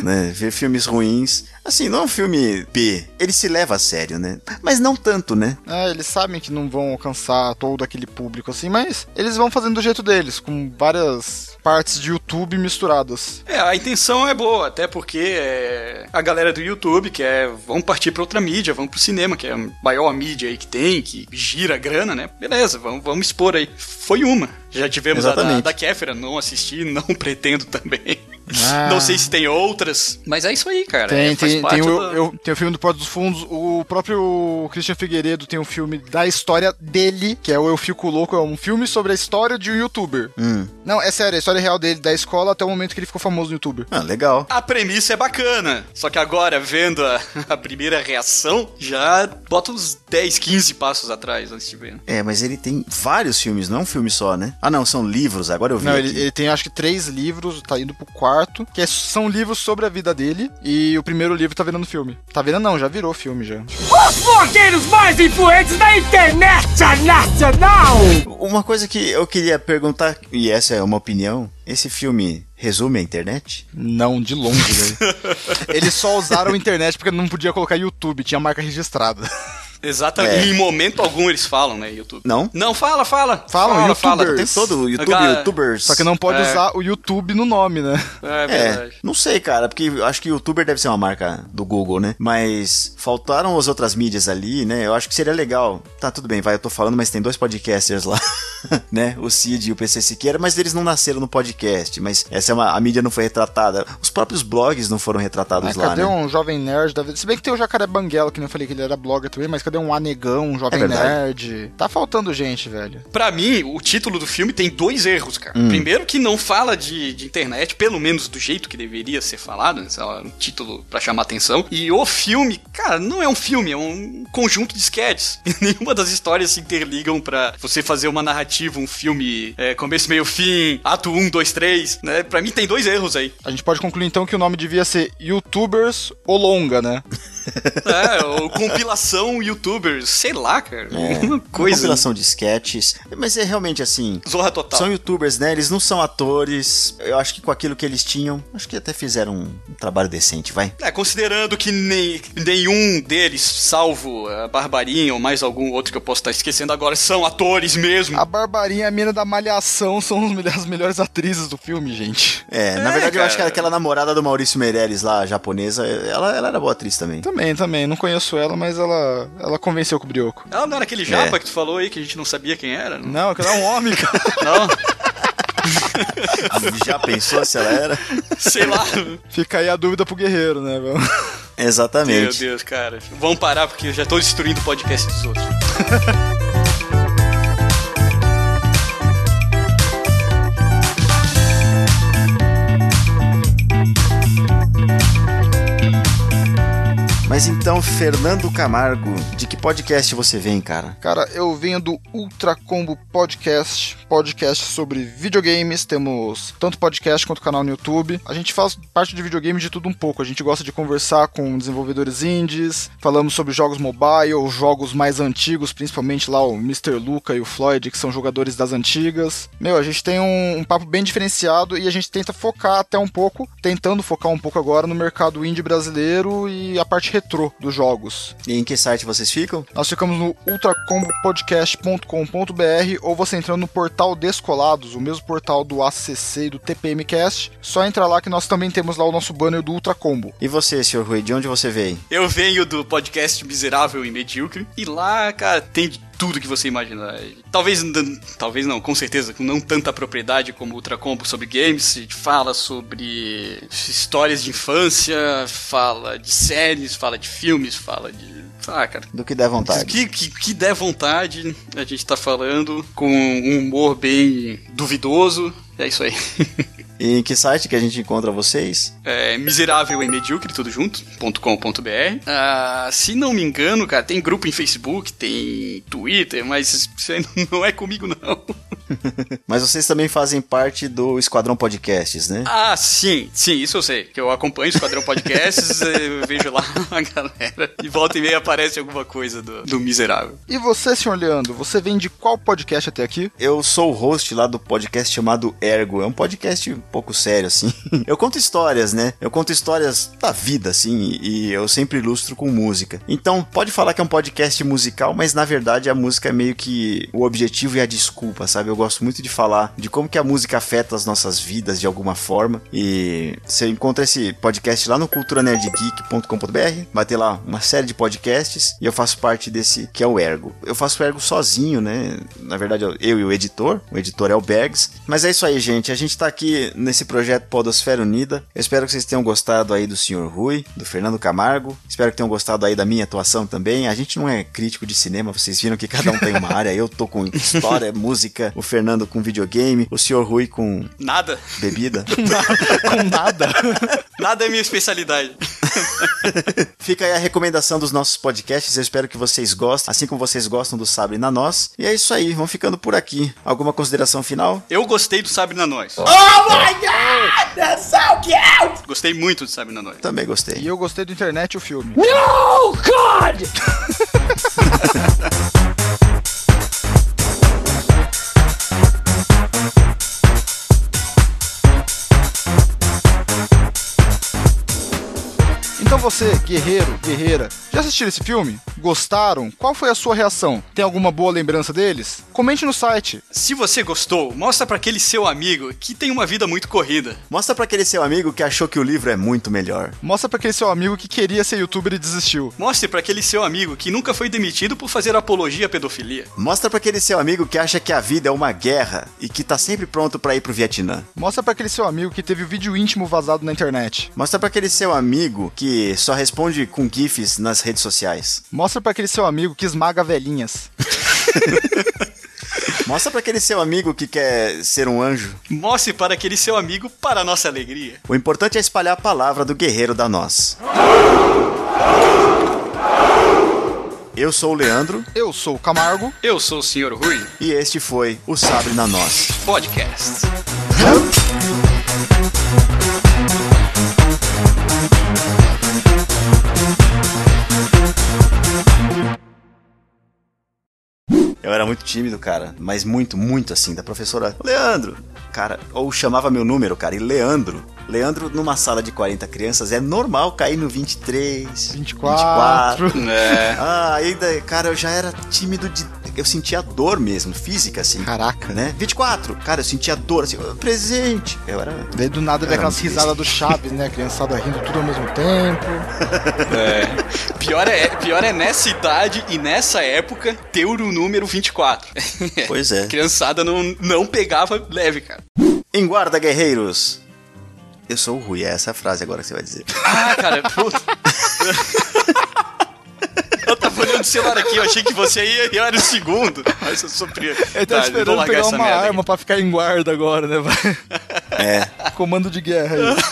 [SPEAKER 1] né? Ver filmes ruins. Assim, não é um filme P. Ele se leva a sério, né? Mas não tanto, né?
[SPEAKER 4] É, eles sabem que não vão alcançar todo aquele público assim, mas eles vão fazendo do jeito deles, com várias partes de YouTube misturadas.
[SPEAKER 2] É, a intenção é boa, até porque é, a galera do YouTube quer. Vamos partir pra outra mídia, vamos pro cinema, que é a maior mídia aí que tem, que gira a grana, né? Beleza, vamos, vamos expor aí. Foi uma. Já tivemos a da,
[SPEAKER 1] Exatamente.
[SPEAKER 2] da Kéfera, não assisti, não pretendo também. Não sei se tem outras, mas é isso aí, cara.
[SPEAKER 4] Ah. Tem,
[SPEAKER 2] É, faz
[SPEAKER 4] tem,
[SPEAKER 2] parte
[SPEAKER 4] tem, o,
[SPEAKER 2] da-
[SPEAKER 4] eu- tem o filme do Porto dos Fundos, o próprio Christian Figueiredo tem um filme da história dele, que é o Eu Fico Louco, é um filme sobre a história de um youtuber.
[SPEAKER 1] Hum.
[SPEAKER 4] Não, é sério, a história real dele, da escola até o momento que ele ficou famoso no youtuber.
[SPEAKER 1] Ah, legal.
[SPEAKER 2] A premissa é bacana, só que agora, vendo a, a primeira reação, já bota uns 10, 15 passos atrás antes de ver. né?
[SPEAKER 1] É, mas ele tem vários filmes, não é um filme só, né? Ah, não, são livros, agora eu vi.
[SPEAKER 4] Não,
[SPEAKER 1] aqui.
[SPEAKER 4] ele, ele tem acho que três livros, tá indo pro quarto, que é- são livros sobre a vida dele, e o primeiro livro tá virando filme. Tá virando não, já virou filme já.
[SPEAKER 7] Os blogueiros mais influentes da internet nacional!
[SPEAKER 1] Uma coisa que eu queria perguntar, e essa é uma opinião: esse filme resume a internet?
[SPEAKER 4] Não, de longe, velho. Eles só usaram a internet porque não podia colocar YouTube, tinha marca registrada.
[SPEAKER 2] Exatamente.
[SPEAKER 1] É.
[SPEAKER 2] E em momento algum eles falam, né, YouTube.
[SPEAKER 1] Não?
[SPEAKER 2] Não, fala, fala.
[SPEAKER 4] Falam,
[SPEAKER 2] fala,
[SPEAKER 4] youtubers.
[SPEAKER 1] Tem todo o YouTube,
[SPEAKER 2] Cara,
[SPEAKER 1] youtubers.
[SPEAKER 4] Só que não pode
[SPEAKER 2] É.
[SPEAKER 4] usar o YouTube no nome, né?
[SPEAKER 2] É
[SPEAKER 1] É,
[SPEAKER 2] verdade.
[SPEAKER 1] não sei, cara, porque eu acho que youtuber deve ser uma marca do Google, né? Mas faltaram as outras mídias ali, né? Eu acho que seria legal. Tá, tudo bem, vai, eu tô falando, mas tem dois podcasters lá, né? O Cid e o PC Siqueira, mas eles não nasceram no podcast. Mas essa é uma. A mídia não foi retratada. Os próprios blogs não foram retratados
[SPEAKER 4] Ah,
[SPEAKER 1] lá,
[SPEAKER 4] cadê
[SPEAKER 1] né?
[SPEAKER 4] um jovem nerd da vida? Se bem que tem o Jacaré Banguela, que nem eu falei que ele era blogger também, mas cadê um anegão, um jovem
[SPEAKER 1] É verdade.
[SPEAKER 4] nerd? Tá faltando gente, velho.
[SPEAKER 2] Pra mim, o título do filme tem dois erros, cara.
[SPEAKER 1] Hum.
[SPEAKER 2] Primeiro que não fala de, de internet, pelo menos do jeito que deveria ser falado, né? sei lá, um título pra chamar atenção. E o filme, cara, não é um filme, é um conjunto de sketches. E nenhuma das histórias se interligam pra você fazer uma narrativa, um filme é, começo, meio, fim, ato 1, 2, 3, né? Pra mim tem dois erros aí.
[SPEAKER 4] A gente pode concluir então que o nome devia ser Youtubers Olonga, né?
[SPEAKER 2] É, ou compilação youtubers, sei lá, cara.
[SPEAKER 1] É,
[SPEAKER 2] Uma coisa.
[SPEAKER 1] Compilação de sketches. Mas é realmente assim.
[SPEAKER 2] Zorra total.
[SPEAKER 1] São youtubers, né? Eles não são atores. Eu acho que com aquilo que eles tinham, acho que até fizeram um um trabalho decente, vai.
[SPEAKER 2] É, considerando que nem, nenhum deles, salvo a Barbarinha ou mais algum outro que eu posso estar esquecendo agora, são atores mesmo.
[SPEAKER 4] A Barbarinha e a mina da Malhação são os mele- as melhores atrizes do filme, gente.
[SPEAKER 1] É, na
[SPEAKER 2] É,
[SPEAKER 1] verdade eu acho que
[SPEAKER 2] cara.
[SPEAKER 1] aquela namorada do Maurício Meirelles lá, japonesa, ela, ela era boa atriz também.
[SPEAKER 4] Também, também. Não conheço ela, mas ela, ela convenceu com o Brioco.
[SPEAKER 2] Ela Ah, não era aquele japa que tu falou aí que a gente não sabia quem era? Não?
[SPEAKER 4] Não, que ela é um homem, cara.
[SPEAKER 2] não?
[SPEAKER 1] Já pensou se ela era?
[SPEAKER 2] Sei lá.
[SPEAKER 4] Fica aí a dúvida pro guerreiro, né, velho?
[SPEAKER 2] Meu
[SPEAKER 1] Exatamente.
[SPEAKER 2] Deus, cara. Vamos parar porque eu já tô destruindo o podcast dos outros.
[SPEAKER 1] Mas então, Fernando Camargo, de que podcast você vem, cara?
[SPEAKER 4] Cara, eu venho do Ultra Combo Podcast, podcast sobre videogames. Temos tanto podcast quanto canal no YouTube. A gente faz parte de videogame de tudo um pouco. A gente gosta de conversar com desenvolvedores indies, falamos sobre jogos mobile, jogos mais antigos, principalmente lá o Mr. Luca e o Floyd, que são jogadores das antigas. Meu, a gente tem um, um papo bem diferenciado e a gente tenta focar até um pouco, tentando focar um pouco agora no mercado indie brasileiro e a parte retrô dos jogos.
[SPEAKER 1] E em que site vocês ficam?
[SPEAKER 4] Nós ficamos no ultracombopodcast.com.br ou você entrando no portal Descolados, o mesmo portal do ACC e do TPMcast. Só entra lá que nós também temos lá o nosso banner do Ultra Combo.
[SPEAKER 1] E você, senhor Rui, de onde você veio?
[SPEAKER 2] Eu venho do podcast Miserável e Medíocre. E lá, cara, tem de tudo que você imaginar. Talvez, n- talvez não, com certeza, com não tanta propriedade como Ultra Combo sobre games. A gente fala sobre histórias de infância, fala de séries, fala de filmes, fala de. Ah, cara.
[SPEAKER 1] Do que der vontade.
[SPEAKER 2] Que, que, que der vontade, a gente tá falando com um humor bem duvidoso. É isso aí.
[SPEAKER 1] E em que site que a gente encontra vocês?
[SPEAKER 2] É, miserável e medíocre, tudo junto, .com.br. Ah, se não me engano, cara, tem grupo em Facebook, tem Twitter, mas isso aí não é comigo, não.
[SPEAKER 1] Mas vocês também fazem parte do Esquadrão Podcasts, né?
[SPEAKER 2] Ah, sim, sim, isso eu sei. Que eu acompanho o Esquadrão Podcasts, eh, eu vejo lá a galera. E volta e meia aparece alguma coisa do, do miserável.
[SPEAKER 4] E você, senhor Leandro, você vem de qual podcast até aqui?
[SPEAKER 1] Eu sou o host lá do podcast chamado Ergo. É um podcast um pouco sério, assim. Eu conto histórias, né? Eu conto histórias da vida, assim, e eu sempre ilustro com música. Então, pode falar que é um podcast musical, mas na verdade a música é meio que o objetivo e a desculpa, sabe? Eu gosto muito de falar de como que a música afeta as nossas vidas de alguma forma. E você encontra esse podcast lá no culturanerdgeek.com.br. Vai ter lá uma série de podcasts e eu faço parte desse que é o Ergo. Eu faço o Ergo sozinho, né? Na verdade, eu- eu e o editor. O editor é o Bags. Mas é isso aí, gente. A gente tá aqui nesse projeto Podosfera Unida. Eu espero que vocês tenham gostado aí do Sr. Rui, do Fernando Camargo. Espero que tenham gostado aí da minha atuação também. A gente não é crítico de cinema, vocês viram que cada um tem uma área. Eu tô com história, música, o Fernando com videogame, o Sr. Rui com
[SPEAKER 2] Nada.
[SPEAKER 1] bebida.
[SPEAKER 4] Com nada.
[SPEAKER 2] Nada é minha especialidade.
[SPEAKER 1] Fica aí a recomendação dos nossos podcasts. Eu espero que vocês gostem, assim como vocês gostam do Sabre na Nós. E é isso aí, vamos ficando por aqui. Alguma consideração final?
[SPEAKER 2] Eu gostei do Sabrina Nós. Oh my god! That's so cute! Gostei muito do Sabrina Nós.
[SPEAKER 1] Também gostei.
[SPEAKER 4] E eu gostei do internet e o filme. Então você, Guerreiro, Guerreira. Já assistiram esse filme? Gostaram? Qual foi a sua reação? Tem alguma boa lembrança deles? Comente no site.
[SPEAKER 2] Se você gostou, mostra pra aquele seu amigo que tem uma vida muito corrida.
[SPEAKER 1] Mostra pra aquele seu amigo que achou que o livro é muito melhor.
[SPEAKER 4] Mostra pra aquele seu amigo que queria ser youtuber e desistiu.
[SPEAKER 2] Mostre pra aquele seu amigo que nunca foi demitido por fazer apologia à pedofilia.
[SPEAKER 1] Mostra pra aquele seu amigo que acha que a vida é uma guerra e que tá sempre pronto pra ir pro Vietnã.
[SPEAKER 4] Mostra pra aquele seu amigo que teve o vídeo íntimo vazado na internet.
[SPEAKER 1] Mostra pra aquele seu amigo que só responde com gifs nas redes sociais.
[SPEAKER 4] Mostra pra aquele seu amigo que esmaga velhinhas.
[SPEAKER 1] Mostra pra aquele seu amigo que quer ser um anjo.
[SPEAKER 2] Mostre para aquele seu amigo para a nossa alegria.
[SPEAKER 1] O importante é espalhar a palavra do guerreiro da nós. Eu sou o Leandro
[SPEAKER 4] Eu sou o Camargo.
[SPEAKER 2] Eu sou o Sr. Rui
[SPEAKER 1] e este foi o Sabre na Nós.
[SPEAKER 2] Podcast.
[SPEAKER 1] Eu era muito tímido, cara, mas muito, muito assim, da professora Leandro, cara, ou chamava meu número, cara, e Leandro. Leandro, numa sala de 40 crianças, é normal cair no 23,
[SPEAKER 4] 24.
[SPEAKER 2] É.
[SPEAKER 1] Ah, ainda, cara, eu já era tímido de. Eu sentia dor mesmo, física, assim.
[SPEAKER 4] Caraca.
[SPEAKER 1] Né? 24, cara, eu sentia dor, assim, "Ah, presente. Eu era.
[SPEAKER 4] Daí do nada
[SPEAKER 1] Era um
[SPEAKER 4] daquelas
[SPEAKER 1] muito
[SPEAKER 4] risadas do Chaves, né? A criançada rindo tudo ao mesmo tempo.
[SPEAKER 2] Pior, é, pior é nessa idade e nessa época ter o número 24.
[SPEAKER 1] Pois é.
[SPEAKER 2] A criançada não, não pegava leve, cara.
[SPEAKER 1] Em guarda, guerreiros! Eu sou o Rui, é essa a frase agora que você vai dizer.
[SPEAKER 2] Ah, cara, puta. Eu tava olhando o celular aqui, eu achei que você ia e eu era o segundo. Mas eu sou primeiro.
[SPEAKER 4] Ele tá,
[SPEAKER 2] eu vou
[SPEAKER 4] esperando
[SPEAKER 2] largar
[SPEAKER 4] pegar
[SPEAKER 2] essa
[SPEAKER 4] uma
[SPEAKER 2] merda aqui.
[SPEAKER 4] arma pra ficar em guarda agora, né?
[SPEAKER 1] É.
[SPEAKER 4] Comando de guerra aí.